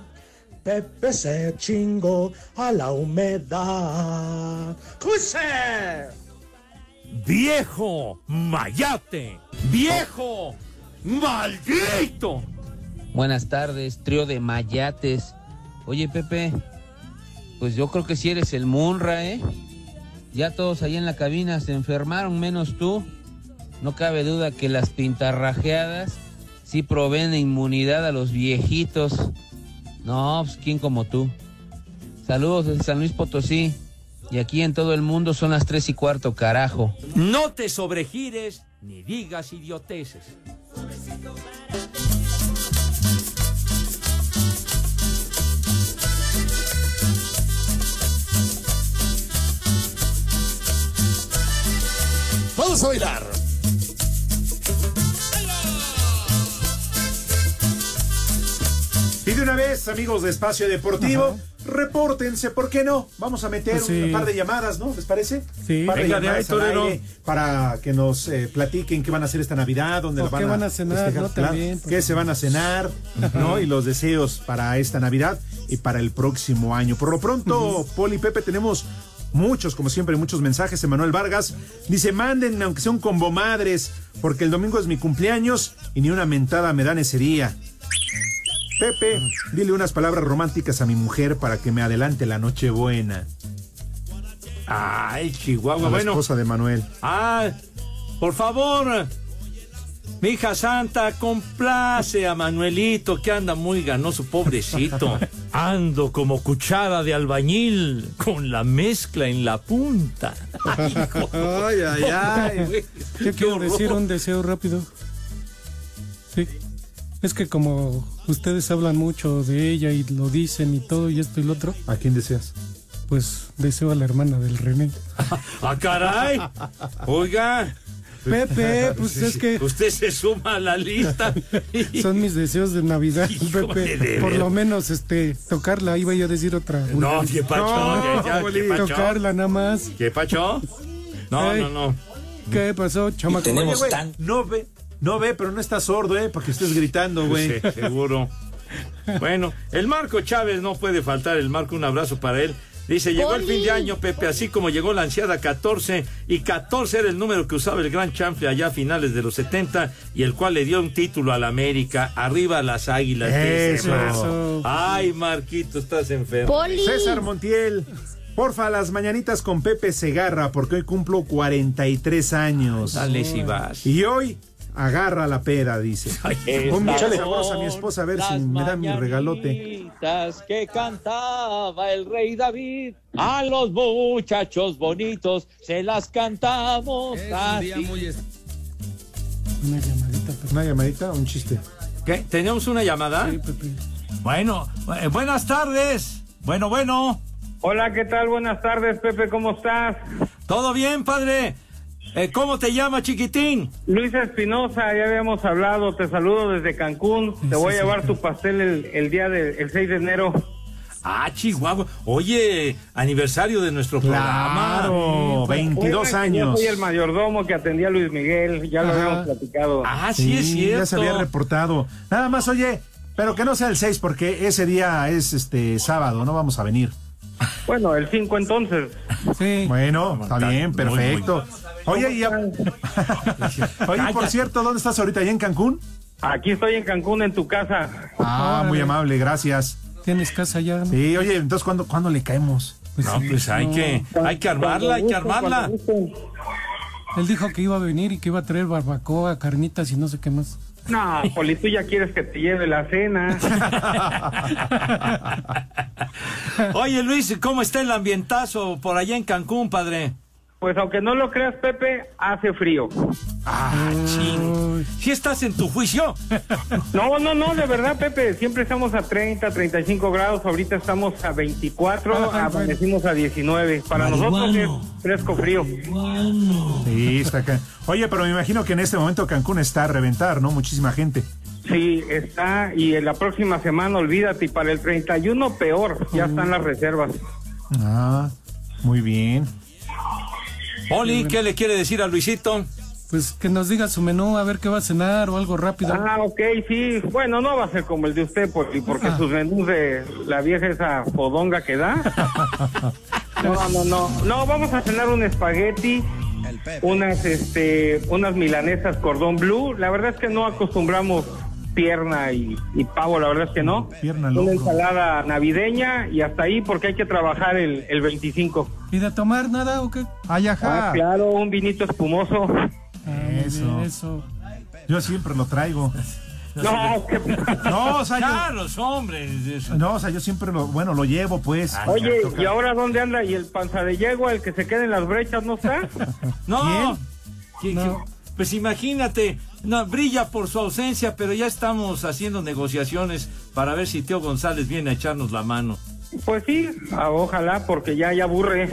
Speaker 21: Pepe se chingó a la humedad. ¡Cuse!
Speaker 6: ¡Viejo mayate! ¡Viejo maldito!
Speaker 7: Buenas tardes, trío de mayates. Oye, Pepe, pues yo creo que si sí eres el Munra, ¿eh? Ya todos ahí en la cabina se enfermaron, menos tú. No cabe duda que las pintarrajeadas sí proveen inmunidad a los viejitos. No, pues quién como tú. Saludos desde San Luis Potosí. Y aquí en todo el mundo son las tres y cuarto, carajo.
Speaker 6: No te sobregires ni digas idioteces.
Speaker 21: Vamos a bailar.
Speaker 8: una vez, amigos de Espacio Deportivo, repórtense, ¿por qué no? Vamos a meter
Speaker 9: Pues sí.
Speaker 8: un par de llamadas, ¿no? ¿Les parece?
Speaker 9: Sí.
Speaker 8: par de
Speaker 9: Venga, de ahí,
Speaker 8: llamadas al
Speaker 9: torero.
Speaker 8: aire para que nos eh, platiquen qué van a hacer esta Navidad, dónde
Speaker 9: O
Speaker 8: la van,
Speaker 9: qué van a
Speaker 8: a
Speaker 9: cenar,
Speaker 8: festejar,
Speaker 9: ¿no?
Speaker 8: claro,
Speaker 9: También, pues.
Speaker 8: qué se van a cenar, ¿no? Y los deseos para esta Navidad y para el próximo año. Por lo pronto, Poli y Pepe, tenemos muchos, como siempre, muchos mensajes. Emanuel Vargas dice, manden, aunque sea un combo madres, porque el domingo es mi cumpleaños y ni una mentada me dan ese día. Pepe, dile unas palabras románticas a mi mujer para que me adelante la noche buena.
Speaker 6: Ay,
Speaker 8: A
Speaker 6: Chihuahua.
Speaker 8: la
Speaker 6: Bueno,
Speaker 8: esposa de Manuel.
Speaker 6: Ah, por favor, mi hija santa, complace a Manuelito, que anda muy ganoso, pobrecito. Ando como cuchara de albañil, con la mezcla en la punta.
Speaker 9: Ay, ay, ay. Yo quiero decir un deseo rápido. Sí. Es que como ustedes hablan mucho de ella y lo dicen y todo y esto y lo otro.
Speaker 8: ¿A quién deseas?
Speaker 9: Pues deseo a la hermana del René.
Speaker 6: ¡Ah, caray! Oiga.
Speaker 9: Pepe, pues es que-
Speaker 6: Usted se suma a la lista.
Speaker 9: Son mis deseos de Navidad,
Speaker 6: de
Speaker 9: Pepe.
Speaker 6: veras.
Speaker 9: Por lo menos este tocarla, iba yo a decir otra.
Speaker 6: No,
Speaker 9: vulgaridad.
Speaker 6: qué pacho, ya, ya, qué
Speaker 9: Poli,
Speaker 6: pacho.
Speaker 9: tocarla nada más.
Speaker 6: ¿Qué pacho? No,
Speaker 9: Ey.
Speaker 6: no, no.
Speaker 9: ¿Qué pasó, chamaco?
Speaker 8: Oye, güey, No ve, no ve, pero no está sordo, ¿eh? Porque estés gritando, güey.
Speaker 6: Sí, seguro. Bueno, el Marco Chávez no puede faltar. El Marco, un abrazo para él. Dice, llegó el fin de año, Pepe, así como llegó la ansiada 14, y 14 era el número que usaba el gran chanfle allá a finales de los 70, y el cual le dio un título al América, arriba las águilas. de ese
Speaker 8: Eso.
Speaker 6: Marco. Ay, Marquito, estás enfermo.
Speaker 8: César Montiel. Porfa, las mañanitas con Pepe Segarra, porque hoy cumplo 43 años.
Speaker 6: Dale, si vas.
Speaker 8: Y hoy agarra la peda, dice.
Speaker 6: qué
Speaker 8: Ponme
Speaker 25: tal.
Speaker 8: sabroso a Este, mi esposa a ver si me da mi regalote.
Speaker 25: Las que cantaba el rey David a los muchachos bonitos se las cantamos así.
Speaker 8: Una llamadita. ¿Una llamadita o un chiste?
Speaker 6: ¿Qué? ¿Tenemos una llamada? Bueno, eh, buenas tardes. Bueno, bueno.
Speaker 20: Hola, ¿qué tal? Buenas tardes, Pepe, ¿cómo estás?
Speaker 6: ¿Todo bien, padre? Eh, ¿Cómo te llama, chiquitín?
Speaker 20: Luis Espinosa, ya habíamos hablado, te saludo desde Cancún, te voy a llevar tu pastel el, el día del el 6 de enero.
Speaker 6: Ah, Chihuahua. Oye, aniversario de nuestro programa.
Speaker 20: Oigan, yo soy el mayordomo que atendía a Luis Miguel, ya lo
Speaker 8: Ajá.
Speaker 20: habíamos platicado.
Speaker 8: Ah,
Speaker 6: Ah,
Speaker 8: Ya se había reportado. Nada más, oye, pero que no sea el 6, porque ese día es este sábado, no vamos a venir.
Speaker 20: Bueno, el 5 entonces.
Speaker 9: Sí.
Speaker 8: Bueno, está bien,
Speaker 20: muy, muy.
Speaker 8: perfecto. Oye, y a- Oye, por cierto, ¿dónde estás ahorita? ¿Ya en Cancún?
Speaker 20: Aquí estoy en Cancún, en tu casa.
Speaker 8: Ah, muy amable, gracias.
Speaker 9: ¿Tienes casa ya? no?
Speaker 8: Sí, oye, entonces, ¿cuándo, ¿cuándo le caemos?
Speaker 6: No, pues hay que, hay que armarla, hay que armarla.
Speaker 9: Él dijo que iba a venir y que iba a traer barbacoa, carnitas y no sé qué más.
Speaker 20: No, Poli, tú ya quieres que te lleve la cena.
Speaker 6: Oye, Luis, ¿cómo está el ambientazo por allá en Cancún, padre?
Speaker 20: Pues aunque no lo creas, Pepe, hace frío.
Speaker 6: Ah, ching. Si estás en tu juicio.
Speaker 20: No, no, no, de verdad, Pepe, siempre estamos a 30, 35 grados, ahorita estamos a
Speaker 8: Ah,
Speaker 20: 24, amanecimos a 19. Para nosotros es fresco frío.
Speaker 8: Sí, está acá. Oye, pero me imagino que en este momento Cancún está a reventar, ¿no? Muchísima gente.
Speaker 20: Sí, está, y en la próxima semana, olvídate, y para el 31 peor, ya están las reservas.
Speaker 8: Ah, muy bien.
Speaker 6: Oli, ¿qué le quiere decir a Luisito?
Speaker 9: Pues que nos diga su menú, a ver qué va a cenar o algo rápido.
Speaker 20: Ah, ok, sí, bueno, no va a ser como el de usted, Poli, porque
Speaker 9: Ah.
Speaker 20: sus menús de la vieja esa podonga que da. No, no, no, no, vamos a cenar un espagueti. unas este unas milanesas cordón blue la verdad es que no acostumbramos pierna y, y pavo la verdad es que no
Speaker 8: Pierna
Speaker 20: una
Speaker 8: loco.
Speaker 20: ensalada navideña y hasta ahí porque hay que trabajar el, el 25
Speaker 9: ¿Y de tomar nada o qué?
Speaker 20: ah, claro un vinito espumoso
Speaker 8: Eso. Yo siempre lo traigo.
Speaker 20: no qué-
Speaker 8: No, o sea, yo-
Speaker 6: los hombres. eso.
Speaker 8: No, o sea, yo siempre lo, bueno, lo llevo, pues.
Speaker 6: Ah,
Speaker 20: oye y ahora dónde anda y el panza de yegua el que se queda en las brechas no está
Speaker 6: No. ¿Qué- qué- Pues imagínate, no, brilla por su ausencia, pero ya estamos haciendo negociaciones para ver si Teo González viene a echarnos la mano.
Speaker 20: pues sí ah, ojalá porque ya ya aburre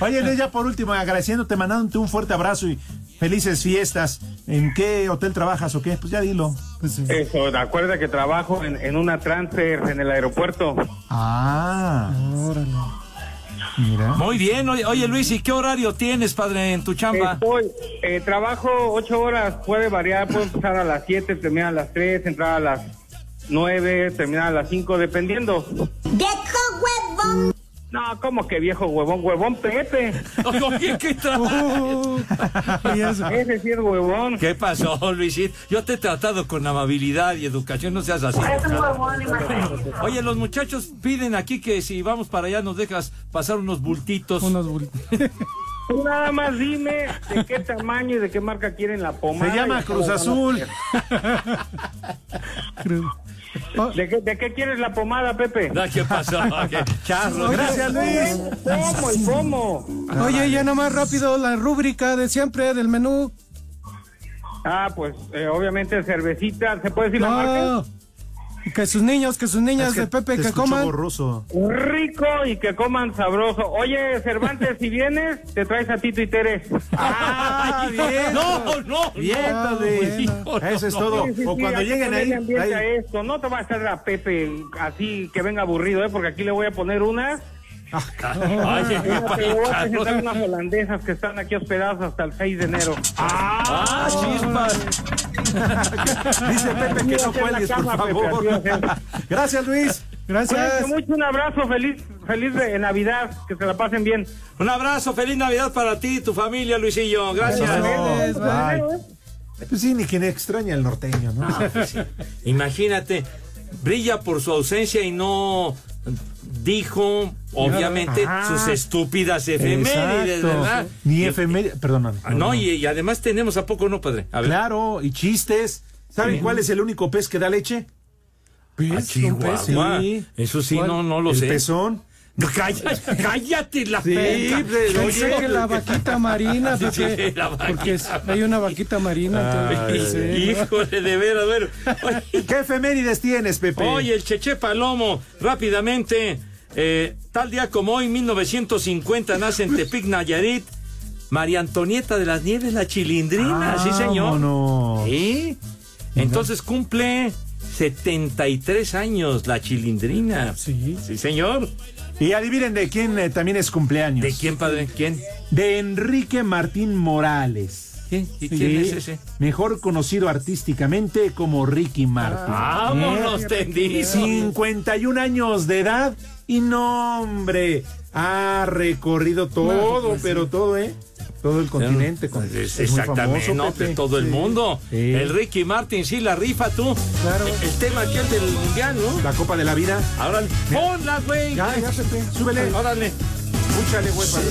Speaker 8: Oye, Inés, ya por último, agradeciéndote, mandándote un fuerte abrazo y Felices fiestas. ¿En qué hotel trabajas o qué? Pues ya dilo. Pues, eh.
Speaker 20: Eso, acuerda que trabajo en, en una transfer en el aeropuerto.
Speaker 8: Ah. Órale. Mira.
Speaker 6: Muy bien, oye, oye, Luis, ¿y qué horario tienes, padre, en tu chamba?
Speaker 20: Estoy, eh, trabajo ocho horas, puede variar, puedo empezar a las siete, terminar a las tres, entrar a las nueve, terminar a las cinco, dependiendo.
Speaker 10: ¡Viejo huevón!
Speaker 20: No, ¿cómo que viejo huevón? Huevón Pepe.
Speaker 6: Oye, ¿qué
Speaker 20: Ese sí es huevón.
Speaker 6: ¿Qué pasó, Luisito? Yo te he tratado con amabilidad y educación, no seas así.
Speaker 10: Es un huevón, imagínate.
Speaker 6: Oye, los muchachos piden aquí que si vamos para allá nos dejas pasar unos bultitos.
Speaker 9: Unos bultitos.
Speaker 20: Tú nada más dime de qué tamaño y de qué marca quieren la pomada.
Speaker 8: Se llama
Speaker 20: y
Speaker 8: Cruz Azul.
Speaker 20: Cruz- ¿De qué, de qué quieres la pomada, Pepe?
Speaker 6: No, ¿Qué pasó? ¿Qué?
Speaker 9: Oye,
Speaker 6: Charro, Ah, gracias, Luis. Ah,
Speaker 20: ¿Cómo? ¿El cómo?
Speaker 9: Oye, ya nomás rápido la rúbrica de siempre del menú.
Speaker 20: Ah, pues eh, obviamente cervecita. ¿Se puede decir la marca?
Speaker 9: No. Que sus niños, que sus niñas
Speaker 8: Es que
Speaker 9: de Pepe
Speaker 8: te
Speaker 9: que
Speaker 8: escucho
Speaker 9: coman.
Speaker 8: borroso.
Speaker 20: Rico y que coman sabroso. Oye, Cervantes, si vienes, te traes a Tito y Tere.
Speaker 8: Ah, bien.
Speaker 6: No, no,
Speaker 8: Bien,
Speaker 20: Ah,
Speaker 8: Tadeo.
Speaker 6: bueno.
Speaker 8: Eso es todo.
Speaker 20: Sí, sí,
Speaker 8: o
Speaker 20: sí,
Speaker 8: cuando
Speaker 20: aquí
Speaker 8: lleguen
Speaker 20: también
Speaker 8: ahí,
Speaker 20: le ambienta
Speaker 8: ahí-
Speaker 20: esto. No te va a estar a Pepe así que venga aburrido, ¿eh? porque aquí le voy a poner unas. Ah,
Speaker 6: Oye, qué
Speaker 20: Fíjate, le voy a
Speaker 6: payaso.
Speaker 20: presentar unas holandesas que están aquí hospedadas hasta el 6 de enero.
Speaker 6: Ah, chispas.
Speaker 8: dice Pepe que
Speaker 20: Cuídate en la
Speaker 8: no cuelgues, por
Speaker 20: cama, Pepe,
Speaker 8: favor.
Speaker 20: así va a
Speaker 8: Gracias, Luis.
Speaker 9: Gracias.
Speaker 20: Cuídense mucho, un abrazo, feliz, feliz de Navidad, que se la pasen bien.
Speaker 6: Un abrazo, feliz Navidad para ti y tu familia, Luisillo. Gracias.
Speaker 8: Adiós,
Speaker 9: bye.
Speaker 8: bye. Pues sí, ni quien extraña el norteño, ¿no?
Speaker 6: Ah, pues sí. Imagínate, brilla por su ausencia y no dijo, obviamente,
Speaker 8: Ajá.
Speaker 6: sus estúpidas efemérides,
Speaker 8: Exacto.
Speaker 6: ¿verdad?
Speaker 8: Ni
Speaker 6: Y-
Speaker 8: efemérides, perdóname.
Speaker 6: Ah, No, y, y además tenemos a poco, ¿no, padre? A ver.
Speaker 8: Claro, y chistes. ¿Saben
Speaker 6: Sí.
Speaker 8: cuál es el único pez que da leche?
Speaker 6: Ah, Chihuahua. Eso sí, no, no lo
Speaker 8: el
Speaker 6: sé.
Speaker 8: pezón.
Speaker 6: No, cállate, cállate la
Speaker 8: Sí,
Speaker 6: penca.
Speaker 8: pues,
Speaker 9: Pensé
Speaker 6: Oye,
Speaker 9: que la vaquita marina,
Speaker 6: Sí, sí,
Speaker 9: Pepe,
Speaker 6: la vaquita
Speaker 9: porque es- hay una vaquita marina.
Speaker 6: Ay,
Speaker 9: entonces, sí, ¿no?
Speaker 6: Híjole, de veras, bueno. Oye,
Speaker 8: ¿Qué efemérides tienes, Pepe?
Speaker 6: Oye, el Cheche Palomo, rápidamente, eh, tal día como hoy, 1950, nace en Tepic, Nayarit, María Antonieta de las Nieves, la chilindrina, Ah,
Speaker 8: Ah,
Speaker 6: sí señor.
Speaker 8: Vámonos.
Speaker 6: Sí. Entonces cumple 73 años la chilindrina.
Speaker 9: Sí.
Speaker 6: Sí señor.
Speaker 8: Y adivinen de quién eh, también es cumpleaños.
Speaker 6: ¿De quién, padre? ¿Quién?
Speaker 8: De Enrique Martín Morales.
Speaker 6: ¿Quién, ¿Y quién
Speaker 8: Sí,
Speaker 6: es ese?
Speaker 8: Mejor conocido artísticamente como Ricky Martin.
Speaker 6: Vámonos, tendizo.
Speaker 8: 51 años de edad y no, hombre, ha recorrido todo, pero todo, ¿eh? Todo el continente. con-
Speaker 6: Es-
Speaker 8: es muy
Speaker 6: Exactamente,
Speaker 8: famoso,
Speaker 6: ¿no?
Speaker 8: Pepe.
Speaker 6: de todo el
Speaker 8: Sí.
Speaker 6: mundo.
Speaker 8: Sí.
Speaker 6: El Ricky Martin, sí, la rifa tú.
Speaker 8: Claro.
Speaker 6: El, el tema aquí es del mundial, ¿no?
Speaker 8: La Copa de la Vida.
Speaker 6: Ahora, ponla, güey.
Speaker 8: Ya, ya, Pepe, súbele.
Speaker 6: Órale.
Speaker 8: Escúchale, güey. para-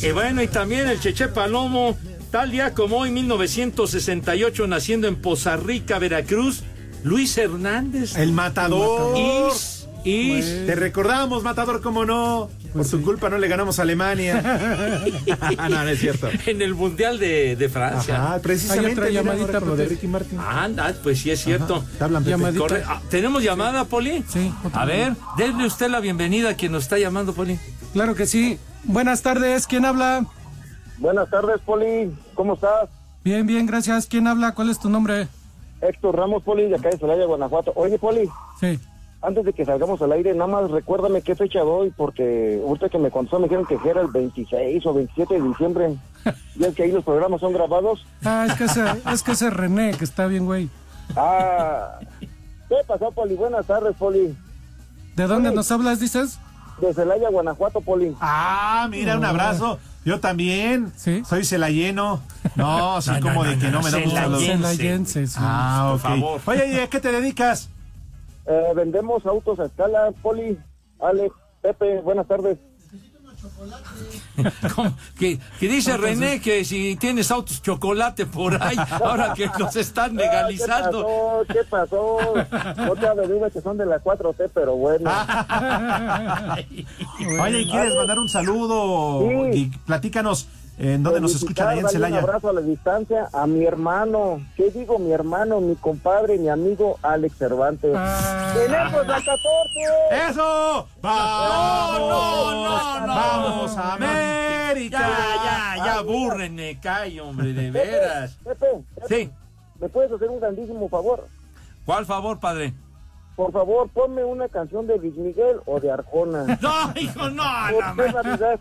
Speaker 6: Y, y bueno, y también el Cheche Palomo, tal día como hoy, 1968, naciendo en Poza Rica, Veracruz, Luis Hernández.
Speaker 8: El matador.
Speaker 6: Is, is.
Speaker 8: Te recordamos, matador, como no. Por su culpa no le ganamos a Alemania. Ah, no, no es cierto.
Speaker 6: En el Mundial de, de Francia.
Speaker 8: Ajá, precisamente.
Speaker 9: Hay otra
Speaker 8: mira,
Speaker 9: llamadita,
Speaker 8: ahora con lo de
Speaker 9: Pepe.
Speaker 8: Ricky Martin.
Speaker 6: Anda, pues sí es cierto.
Speaker 8: Te hablan, Pepe.
Speaker 9: Llamadita.
Speaker 6: Corre- ah, ¿Tenemos llamada, Poli?
Speaker 9: Sí, otra
Speaker 6: A ver, déle usted la bienvenida a quien nos está llamando, Poli.
Speaker 9: Claro que sí. Buenas tardes, ¿quién habla?
Speaker 26: Buenas tardes, Poli. ¿Cómo estás?
Speaker 9: Bien, bien, gracias. ¿Quién habla? ¿Cuál es tu nombre?
Speaker 26: Héctor Ramos, Poli, de acá de Celaya, Guanajuato. Oye, Poli,
Speaker 9: Sí.
Speaker 26: antes de que salgamos al aire, nada más recuérdame qué fecha doy, porque ahorita que me contó me dijeron que era el 26 o 27 de diciembre. Ya es que ahí los programas son grabados.
Speaker 9: Ah, es que ese, es que ese René, que está bien, güey.
Speaker 26: Ah, ¿qué pasó, Poli? Buenas tardes, Poli.
Speaker 9: ¿De dónde nos hablas, dices?
Speaker 26: De Celaya, Guanajuato, Poli. Mm.
Speaker 8: Ah, mira, un abrazo. Yo también.
Speaker 9: Sí.
Speaker 8: Soy celayeno. No, soy
Speaker 6: No, no,
Speaker 8: como
Speaker 6: no,
Speaker 8: de que
Speaker 6: no,
Speaker 8: no, me da gusto hablar.
Speaker 6: Celayense.
Speaker 9: Celayense, sí.
Speaker 8: Ah,
Speaker 6: Por
Speaker 8: ok.
Speaker 6: favor.
Speaker 8: Oye, ¿y a qué te dedicas?
Speaker 26: Eh, vendemos autos a escala, Poli. Alex, Pepe, buenas tardes.
Speaker 6: ¿Cómo? Que, que dice René que si tienes autos chocolate por ahí, ahora que los
Speaker 8: Ah,
Speaker 6: están legalizando.
Speaker 26: Ah, ¿Qué pasó? ¿Qué pasó? No te averigües que son de la 4T, pero bueno.
Speaker 8: Oye, ¿y ¿quieres mandar un saludo?
Speaker 26: Sí.
Speaker 8: Y platícanos ¿En dónde nos escuchan allá en
Speaker 20: Darle Un
Speaker 8: Celaya?
Speaker 20: abrazo a la distancia a mi hermano. ¿Qué digo? Mi hermano, mi compadre, mi amigo Alex Cervantes.
Speaker 8: Ah.
Speaker 20: ¡Tenemos la 14!
Speaker 8: ¡Eso! ¡Vamos!
Speaker 6: no, no, no.
Speaker 8: ¡Vamos, América!
Speaker 6: Ya, ya, ya, búrrenme, callo, hombre, de veras.
Speaker 20: Pepe,
Speaker 6: Sí,
Speaker 20: ¿me puedes hacer un grandísimo favor?
Speaker 6: ¿cuál favor, padre?
Speaker 20: Por favor, ponme una canción de Luis Miguel o de Arjona.
Speaker 6: No, hijo, no,
Speaker 20: Por
Speaker 6: no,
Speaker 20: qué
Speaker 6: man.
Speaker 20: Navidad?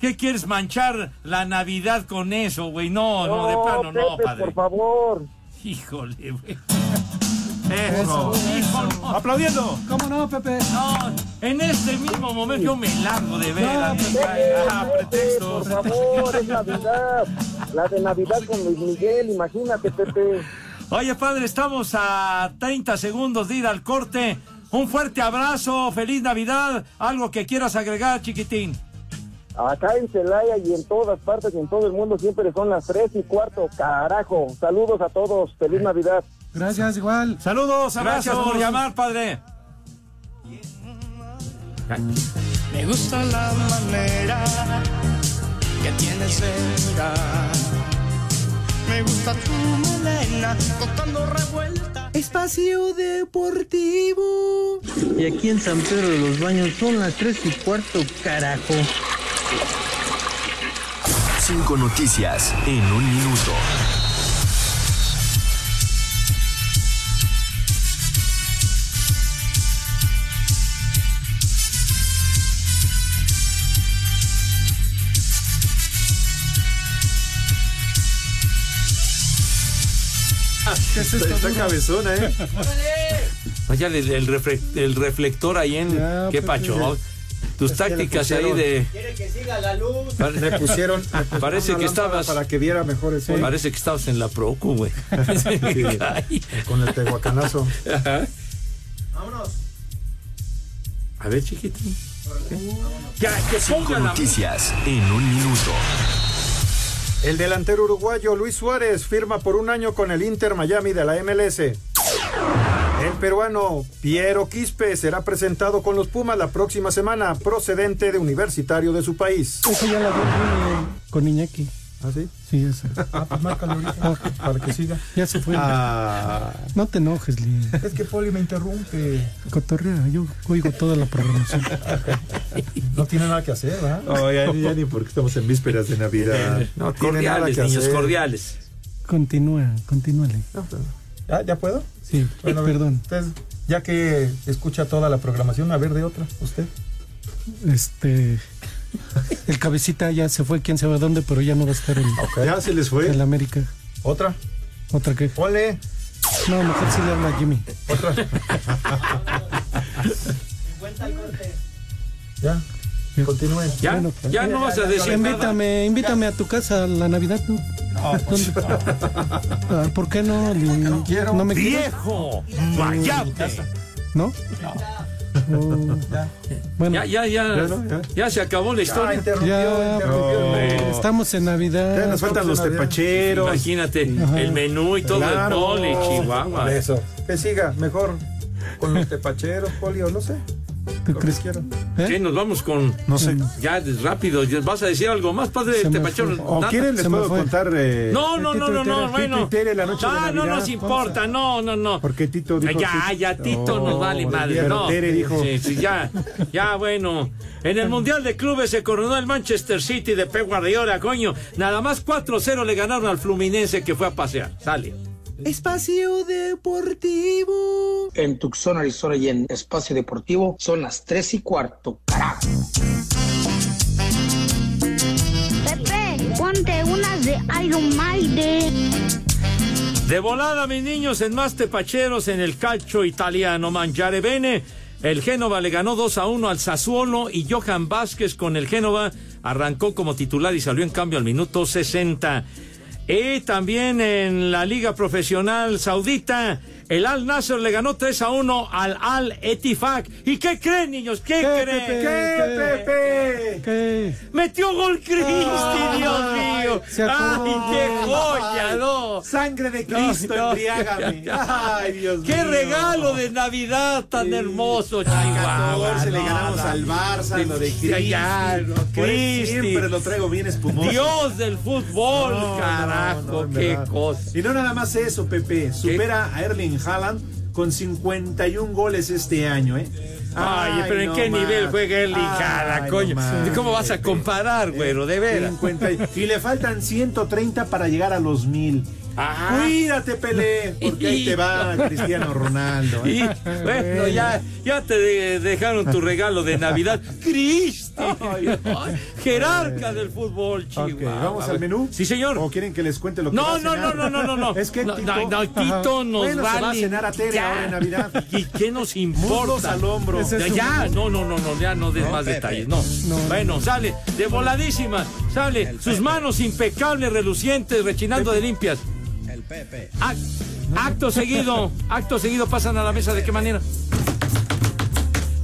Speaker 6: ¿Qué quieres manchar la Navidad con eso, güey? No, no, de plano no,
Speaker 20: Pepe,
Speaker 6: padre.
Speaker 20: por favor.
Speaker 6: Híjole, güey. Eso,
Speaker 8: Eso,
Speaker 6: hijo, no.
Speaker 8: ¡Aplaudiendo!
Speaker 9: ¿Cómo no, Pepe?
Speaker 6: No, en este mismo momento yo me largo de veras.
Speaker 20: Pepe,
Speaker 6: Ah,
Speaker 20: Pepe,
Speaker 6: pretextos.
Speaker 20: por favor, es Navidad. La de Navidad con Luis Miguel, imagínate, Pepe.
Speaker 6: Oye, padre, estamos a 30 segundos de ir al corte. Un fuerte abrazo, feliz Navidad. Algo que quieras agregar, chiquitín.
Speaker 20: Acá en Celaya y en todas partes y en todo el mundo siempre son las tres y cuarto. Carajo. Saludos a todos. Feliz Navidad.
Speaker 9: Gracias, igual.
Speaker 6: Saludos, Gracias
Speaker 20: abrazos.
Speaker 6: por llamar, padre.
Speaker 21: Me gusta la manera que tienes de mirar. Me gusta tu melena contando revuelta.
Speaker 27: Espacio Deportivo.
Speaker 19: Y aquí en San Pedro de los Baños son las 3 y cuarto, carajo.
Speaker 3: Cinco noticias en un minuto.
Speaker 6: ¿Qué es esto,
Speaker 28: Ah, Está
Speaker 6: duro?
Speaker 28: cabezona, ¿eh?
Speaker 6: Vaya el, el refle- el reflector ahí en. qué
Speaker 28: pues,
Speaker 6: pacho. Tus tácticas ahí de. Ah,
Speaker 3: Quiere que siga la luz.
Speaker 28: Me pusieron. me pusieron
Speaker 6: Parece
Speaker 28: una
Speaker 6: que
Speaker 28: lámpara
Speaker 6: estabas-
Speaker 28: Para que viera mejor el sol.
Speaker 6: Parece que estabas en la Procu, güey.
Speaker 28: Sí, con el tehuacanazo.
Speaker 6: Ajá.
Speaker 3: Vámonos.
Speaker 6: A ver, chiquitín.
Speaker 3: Ya, que Cinco noticias en un minuto.
Speaker 28: El delantero uruguayo Luis Suárez firma por un año con el Inter Miami de la MLS. El peruano Piero Quispe será presentado con los Pumas la próxima semana, procedente de universitario de su país.
Speaker 9: Eso ya la vi eh, con Iñaki.
Speaker 28: ¿Ah, sí?
Speaker 9: Sí, esa.
Speaker 28: Ah, pues márcalo ahorita para que siga. Ah.
Speaker 9: Ya se fue. No te enojes, Lee.
Speaker 28: Es que Poli me interrumpe.
Speaker 9: Cotorrea, yo oigo toda la programación.
Speaker 28: No tiene nada que hacer, ¿verdad? No, ya, ya ni porque estamos en vísperas de Navidad. No tiene nada
Speaker 6: Eh, Cordiales,
Speaker 28: que
Speaker 6: niños,
Speaker 28: hacer.
Speaker 6: cordiales.
Speaker 9: Continúa, continúale.
Speaker 28: ¿Ya, Ah, ¿Ya puedo?
Speaker 9: Sí,
Speaker 28: Bueno, a ver,
Speaker 9: perdón.
Speaker 28: usted, ya que escucha toda la programación, a ver de otra, usted.
Speaker 9: Este. El cabecita ya se fue, quién sabe a dónde, pero ya no va a estar en.
Speaker 28: Ya se les fue.
Speaker 9: En la América.
Speaker 28: ¿Otra?
Speaker 9: ¿Otra qué?
Speaker 28: Ole.
Speaker 9: No, mejor sí le habla a Jimmy.
Speaker 28: Otra. ya. Continúen.
Speaker 6: Ya, ya no vas a decir nada.
Speaker 9: Invítame, invítame a tu casa a la Navidad, ¿no? ¿Dónde? Ah, ¿Por qué no? No quiero. No me quieres?
Speaker 6: ¡Viejo!
Speaker 9: Mm.
Speaker 6: ¡Vayate!
Speaker 9: ¿No? Oh. No. Bueno.
Speaker 6: Ya, ya, ya.
Speaker 9: Ya,
Speaker 6: Ya,
Speaker 9: ¿no? Ya.
Speaker 6: se acabó la historia.
Speaker 9: Ya, pues,
Speaker 6: No.
Speaker 9: estamos en Navidad.
Speaker 28: Ya nos faltan los tepacheros.
Speaker 6: Imagínate,
Speaker 28: Ajá.
Speaker 6: el menú y todo
Speaker 28: Claro.
Speaker 6: el mole, Chihuahua.
Speaker 28: Por Eso. Que siga, mejor con los tepacheros, Poli, o no sé. ¿Tú crees que
Speaker 6: ¿Qué? Nos vamos con.
Speaker 28: ¿Eh? No sé.
Speaker 6: Ya, rápido. ya- ¿Vas a decir algo más, padre?
Speaker 28: Se me
Speaker 6: Te pachón.
Speaker 28: fue. ¿O quieren, les Se me puedo fue. contar, eh,
Speaker 6: no, no,
Speaker 28: el
Speaker 6: no,
Speaker 28: Tito
Speaker 6: no,
Speaker 28: y
Speaker 6: no.
Speaker 28: Tere, el Tito
Speaker 6: Bueno.
Speaker 28: y Tere la noche de
Speaker 6: Ah, no
Speaker 28: Navidad.
Speaker 6: nos importa. No, no, no.
Speaker 28: Porque Tito dijo.
Speaker 6: ya,
Speaker 28: sí.
Speaker 6: ya, Tito
Speaker 28: Oh,
Speaker 6: nos vale madre.
Speaker 28: Pero
Speaker 6: no.
Speaker 28: Tere dijo.
Speaker 6: Sí, sí, ya, ya, bueno. En el Mundial de Clubes se coronó el Manchester City de Pep Guardiola, coño. Nada más 4-0 le ganaron al Fluminense que fue a pasear. Sale.
Speaker 27: Espacio Deportivo.
Speaker 29: En Tucson, Arizona y en Espacio Deportivo son las 3 y cuarto. Carajo.
Speaker 10: Pepe, ponte unas de Iron Maiden.
Speaker 6: De volada, mis niños, en más tepacheros en el calcio italiano. Mangiare bene. El Génova le ganó 2 a 1 al Sassuolo y Johan Vázquez con el Génova arrancó como titular y salió en cambio al minuto 60. Y también en la Liga Profesional Saudita, El Al Nasser le ganó 3 a 1 al Al Etifak. ¿Y qué creen, niños? ¿Qué, creen?
Speaker 28: ¿Qué, Pepe?
Speaker 6: Metió gol Cristi, Dios mío.
Speaker 28: se
Speaker 6: Ay,
Speaker 28: acordó.
Speaker 6: qué joya,
Speaker 28: Ay,
Speaker 6: no.
Speaker 28: sangre de Cristo, embriágame. Ay, Dios
Speaker 6: Qué
Speaker 28: mío.
Speaker 6: regalo de Navidad tan hermoso, Chihuahua.
Speaker 28: Se le
Speaker 6: no,
Speaker 28: ganamos
Speaker 6: no,
Speaker 28: al
Speaker 6: no.
Speaker 28: Barça, lo de Cristi.
Speaker 6: Ya, no,
Speaker 28: Por él
Speaker 6: Cristi.
Speaker 28: Siempre lo traigo bien espumoso.
Speaker 6: Dios del fútbol,
Speaker 28: No, no,
Speaker 6: carajo,
Speaker 28: no, en
Speaker 6: qué
Speaker 28: verdad.
Speaker 6: cosa.
Speaker 8: Y no nada más eso, Pepe. Supera a Erling Haaland con 51 goles este año, ¿eh?
Speaker 6: Ay, pero ¿en
Speaker 8: no
Speaker 6: qué
Speaker 8: más.
Speaker 6: nivel juega el Lijada,
Speaker 8: Ay,
Speaker 6: coño?
Speaker 8: no más.
Speaker 6: ¿Cómo vas a comparar, güero? De veras.
Speaker 8: 50 y- y le faltan 130 para llegar a los mil.
Speaker 6: Ajá.
Speaker 8: Cuídate, Pelé, porque ahí te va Cristiano Ronaldo.
Speaker 6: Y,
Speaker 8: ¿eh?
Speaker 6: bueno, ya, ya te de- dejaron tu regalo de Navidad. Cristi, Ay, jerarca del fútbol, Chihuahua.
Speaker 8: Ok, vamos al menú.
Speaker 6: Sí, señor.
Speaker 8: ¿O quieren que les cuente lo que
Speaker 6: No,
Speaker 8: va a
Speaker 6: no,
Speaker 8: cenar?
Speaker 6: no, no, no, no, no.
Speaker 8: Es que
Speaker 6: No,
Speaker 8: Tito,
Speaker 6: no, no, Tito nos
Speaker 8: bueno, se va a
Speaker 6: vale.
Speaker 8: cenar a Tere
Speaker 6: Ya.
Speaker 8: ahora en Navidad.
Speaker 6: ¿Y qué nos
Speaker 8: Muslos
Speaker 6: importa?
Speaker 8: al hombro. Ese
Speaker 6: Ya,
Speaker 8: es
Speaker 6: ya,
Speaker 8: un-
Speaker 6: no, no, no, no, ya no des más detalles. No. Bueno, sale de voladísima, sale sus manos impecables, relucientes, rechinando de limpias.
Speaker 16: El Pepe.
Speaker 6: Ac- acto seguido, acto seguido pasan a la mesa de qué manera?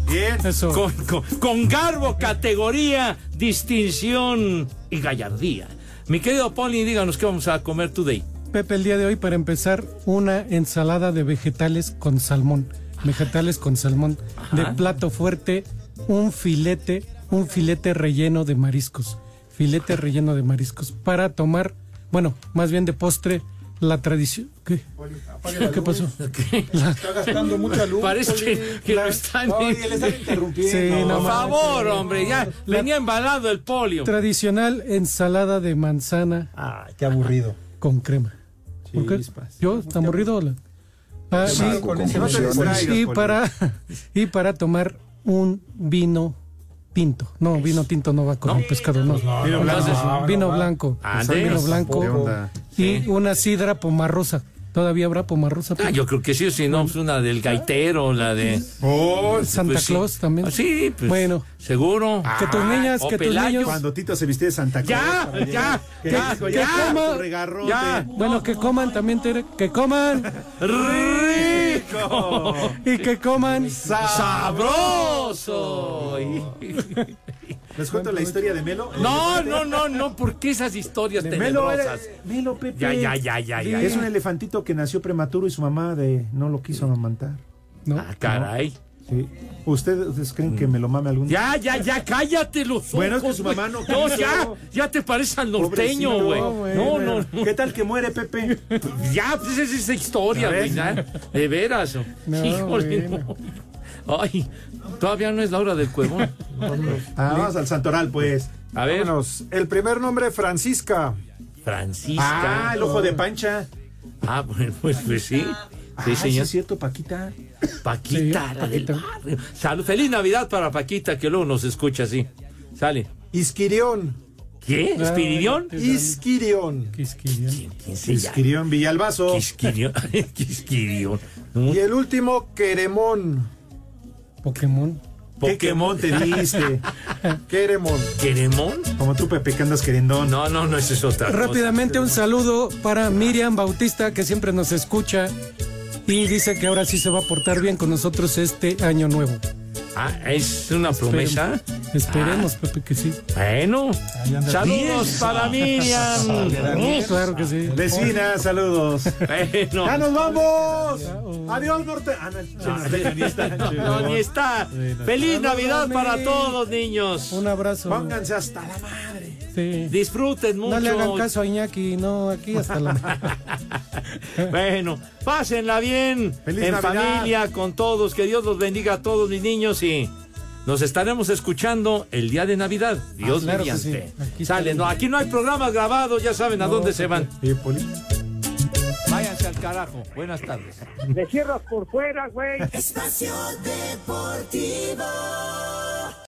Speaker 8: Bien.
Speaker 9: Eso.
Speaker 6: Con, con- con garbo, categoría, distinción y gallardía. Mi querido Poli, díganos qué vamos a comer today.
Speaker 9: Pepe, el día de hoy para empezar una ensalada de vegetales con salmón. Vegetales con salmón. De plato fuerte, un filete, un filete relleno de mariscos. Filete relleno de mariscos. Para tomar, bueno, más bien de postre, la tradición. ¿Qué? ¿Qué pasó?
Speaker 28: Está gastando mucha luz.
Speaker 6: Parece
Speaker 28: Poli.
Speaker 6: que, que lo están.
Speaker 28: Oye, le están interrumpiendo.
Speaker 9: Sí, no
Speaker 6: Por
Speaker 9: manches.
Speaker 6: favor, hombre, ya venía embalado el polio.
Speaker 9: Tradicional ensalada de manzana
Speaker 28: Ah, qué aburrido.
Speaker 9: con crema. ¿Por qué?
Speaker 28: Chispas.
Speaker 9: ¿Yo? ¿Está aburrido? la- Ah,
Speaker 28: Sí,
Speaker 9: y-
Speaker 28: con ese no te distraigas,
Speaker 9: y
Speaker 28: Poli.
Speaker 9: para y para tomar un vino tinto. No, vino tinto no va con el pescado, no.
Speaker 8: Vino blanco.
Speaker 9: Entonces,
Speaker 8: No, no
Speaker 9: vino
Speaker 8: va.
Speaker 9: blanco,
Speaker 6: Ande.
Speaker 9: vino blanco
Speaker 8: ¿Qué onda?
Speaker 9: y una sidra pomarrosa. Todavía habrá pomarrosa.
Speaker 6: Ah, yo creo que sí, si no, pues una del gaitero, la de.
Speaker 8: Oh,
Speaker 9: Santa
Speaker 6: pues sí.
Speaker 9: Claus también.
Speaker 6: Ah, sí, pues.
Speaker 9: Bueno,
Speaker 6: Seguro. Ah,
Speaker 9: que tus niñas,
Speaker 6: o
Speaker 9: que tus
Speaker 6: Pelayo.
Speaker 9: niños
Speaker 8: Cuando Tito se viste de Santa Claus.
Speaker 6: Ya,
Speaker 8: también.
Speaker 6: ya,
Speaker 8: Que
Speaker 6: ya,
Speaker 8: dijo,
Speaker 6: ya,
Speaker 8: ya,
Speaker 9: coma.
Speaker 8: tu regarrote.
Speaker 6: Ya.
Speaker 9: Bueno, que coman también, Tere, que coman
Speaker 6: ¡Rico!
Speaker 9: y que coman.
Speaker 6: ¡Sabroso!
Speaker 8: ¿Les cuento la historia de Melo?
Speaker 6: No, no, no, no, porque esas historias
Speaker 8: De Melo, era-
Speaker 6: tenebrosas.
Speaker 8: Melo Pepe.
Speaker 6: Ya, ya, ya, ya, ya.
Speaker 8: Es un elefantito que nació prematuro y su mamá de no lo quiso amamantar.
Speaker 9: ¿no?
Speaker 6: Ah, caray.
Speaker 8: Sí. ¿Ustedes, ustedes creen que me lo mame algún día?
Speaker 6: Ya, ya, ya, cállate los
Speaker 8: Bueno, es que
Speaker 6: ojos,
Speaker 8: su
Speaker 6: güey.
Speaker 8: mamá no
Speaker 6: No,
Speaker 8: quiso.
Speaker 6: ya, ya te pareces al norteño,
Speaker 8: Pobrecito,
Speaker 6: güey. No,
Speaker 8: bueno.
Speaker 6: no, no.
Speaker 8: ¿Qué tal que muere Pepe?
Speaker 6: Ya, pues esa es esa historia,
Speaker 8: Ya
Speaker 6: güey.
Speaker 8: ves.
Speaker 6: ya. De veras. oh.
Speaker 9: No,
Speaker 6: Híjole,
Speaker 9: bueno.
Speaker 6: no. Ay, todavía no es la hora del cuevón.
Speaker 8: Ah, vamos al santoral, pues.
Speaker 6: A ver,
Speaker 28: Vámonos. El primer nombre, Francisca.
Speaker 6: Francisca.
Speaker 8: Ah, el ojo de pancha.
Speaker 6: Ah, bueno, pues, pues sí. Sí,
Speaker 8: Ah,
Speaker 6: señor.
Speaker 8: es cierto, Paquita.
Speaker 6: Paquita,
Speaker 9: Sí,
Speaker 6: la del
Speaker 9: Paquita.
Speaker 6: barrio. Salud, feliz Navidad para Paquita, que luego nos escucha así. Sale.
Speaker 28: Isquirión.
Speaker 6: ¿Qué? ¿Espiridión?
Speaker 28: Isquirión.
Speaker 9: Quisquillan.
Speaker 6: ¿Quién se llama?
Speaker 8: Escribió en Villalbazo.
Speaker 6: Quisquirión. Quisquirión.
Speaker 28: Y el último, Queremón.
Speaker 9: Pokémon.
Speaker 8: Pokémon te diste.
Speaker 28: Queremón.
Speaker 6: ¿Queremón?
Speaker 8: Como tú, Pepe, que andas querendón.
Speaker 6: No, no, no, esa es otra. cosa.
Speaker 9: Rápidamente un saludo para Miriam Bautista que siempre nos escucha y dice que ahora sí se va a portar bien con nosotros este año nuevo.
Speaker 6: Ah, es una promesa.
Speaker 9: Esperemos, Pepe, que sí.
Speaker 6: Ah. Bueno, saludos para Miriam.
Speaker 9: Sí, claro que sí.
Speaker 8: Vecina, saludos.
Speaker 6: Bueno.
Speaker 8: ¡Ya nos vamos! ¡Adiós, norte! Ah, no, che, norteño, ni está, che,
Speaker 6: No, ni está. Feliz Navidad para todos, niños.
Speaker 9: Un abrazo.
Speaker 8: Pónganse hasta la madre.
Speaker 9: Sí.
Speaker 6: Disfruten mucho.
Speaker 9: No le hagan caso a Iñaki, no, aquí hasta la...
Speaker 6: Bueno, pásenla bien
Speaker 8: Feliz
Speaker 6: en
Speaker 8: Navidad.
Speaker 6: familia con todos. Que Dios los bendiga a todos mis niños y nos estaremos escuchando el día de Navidad. Dios
Speaker 9: Ah, claro que
Speaker 6: mediante.
Speaker 9: sí. Aquí
Speaker 6: Sale,
Speaker 9: estaremos.
Speaker 6: no, aquí no hay programas grabados, ya saben a
Speaker 9: No,
Speaker 6: dónde se
Speaker 9: Pepe.
Speaker 6: van.
Speaker 8: Y Poli.
Speaker 6: Váyanse al carajo. Buenas tardes.
Speaker 20: Le cierras por fuera, güey.
Speaker 16: Espacio Deportivo.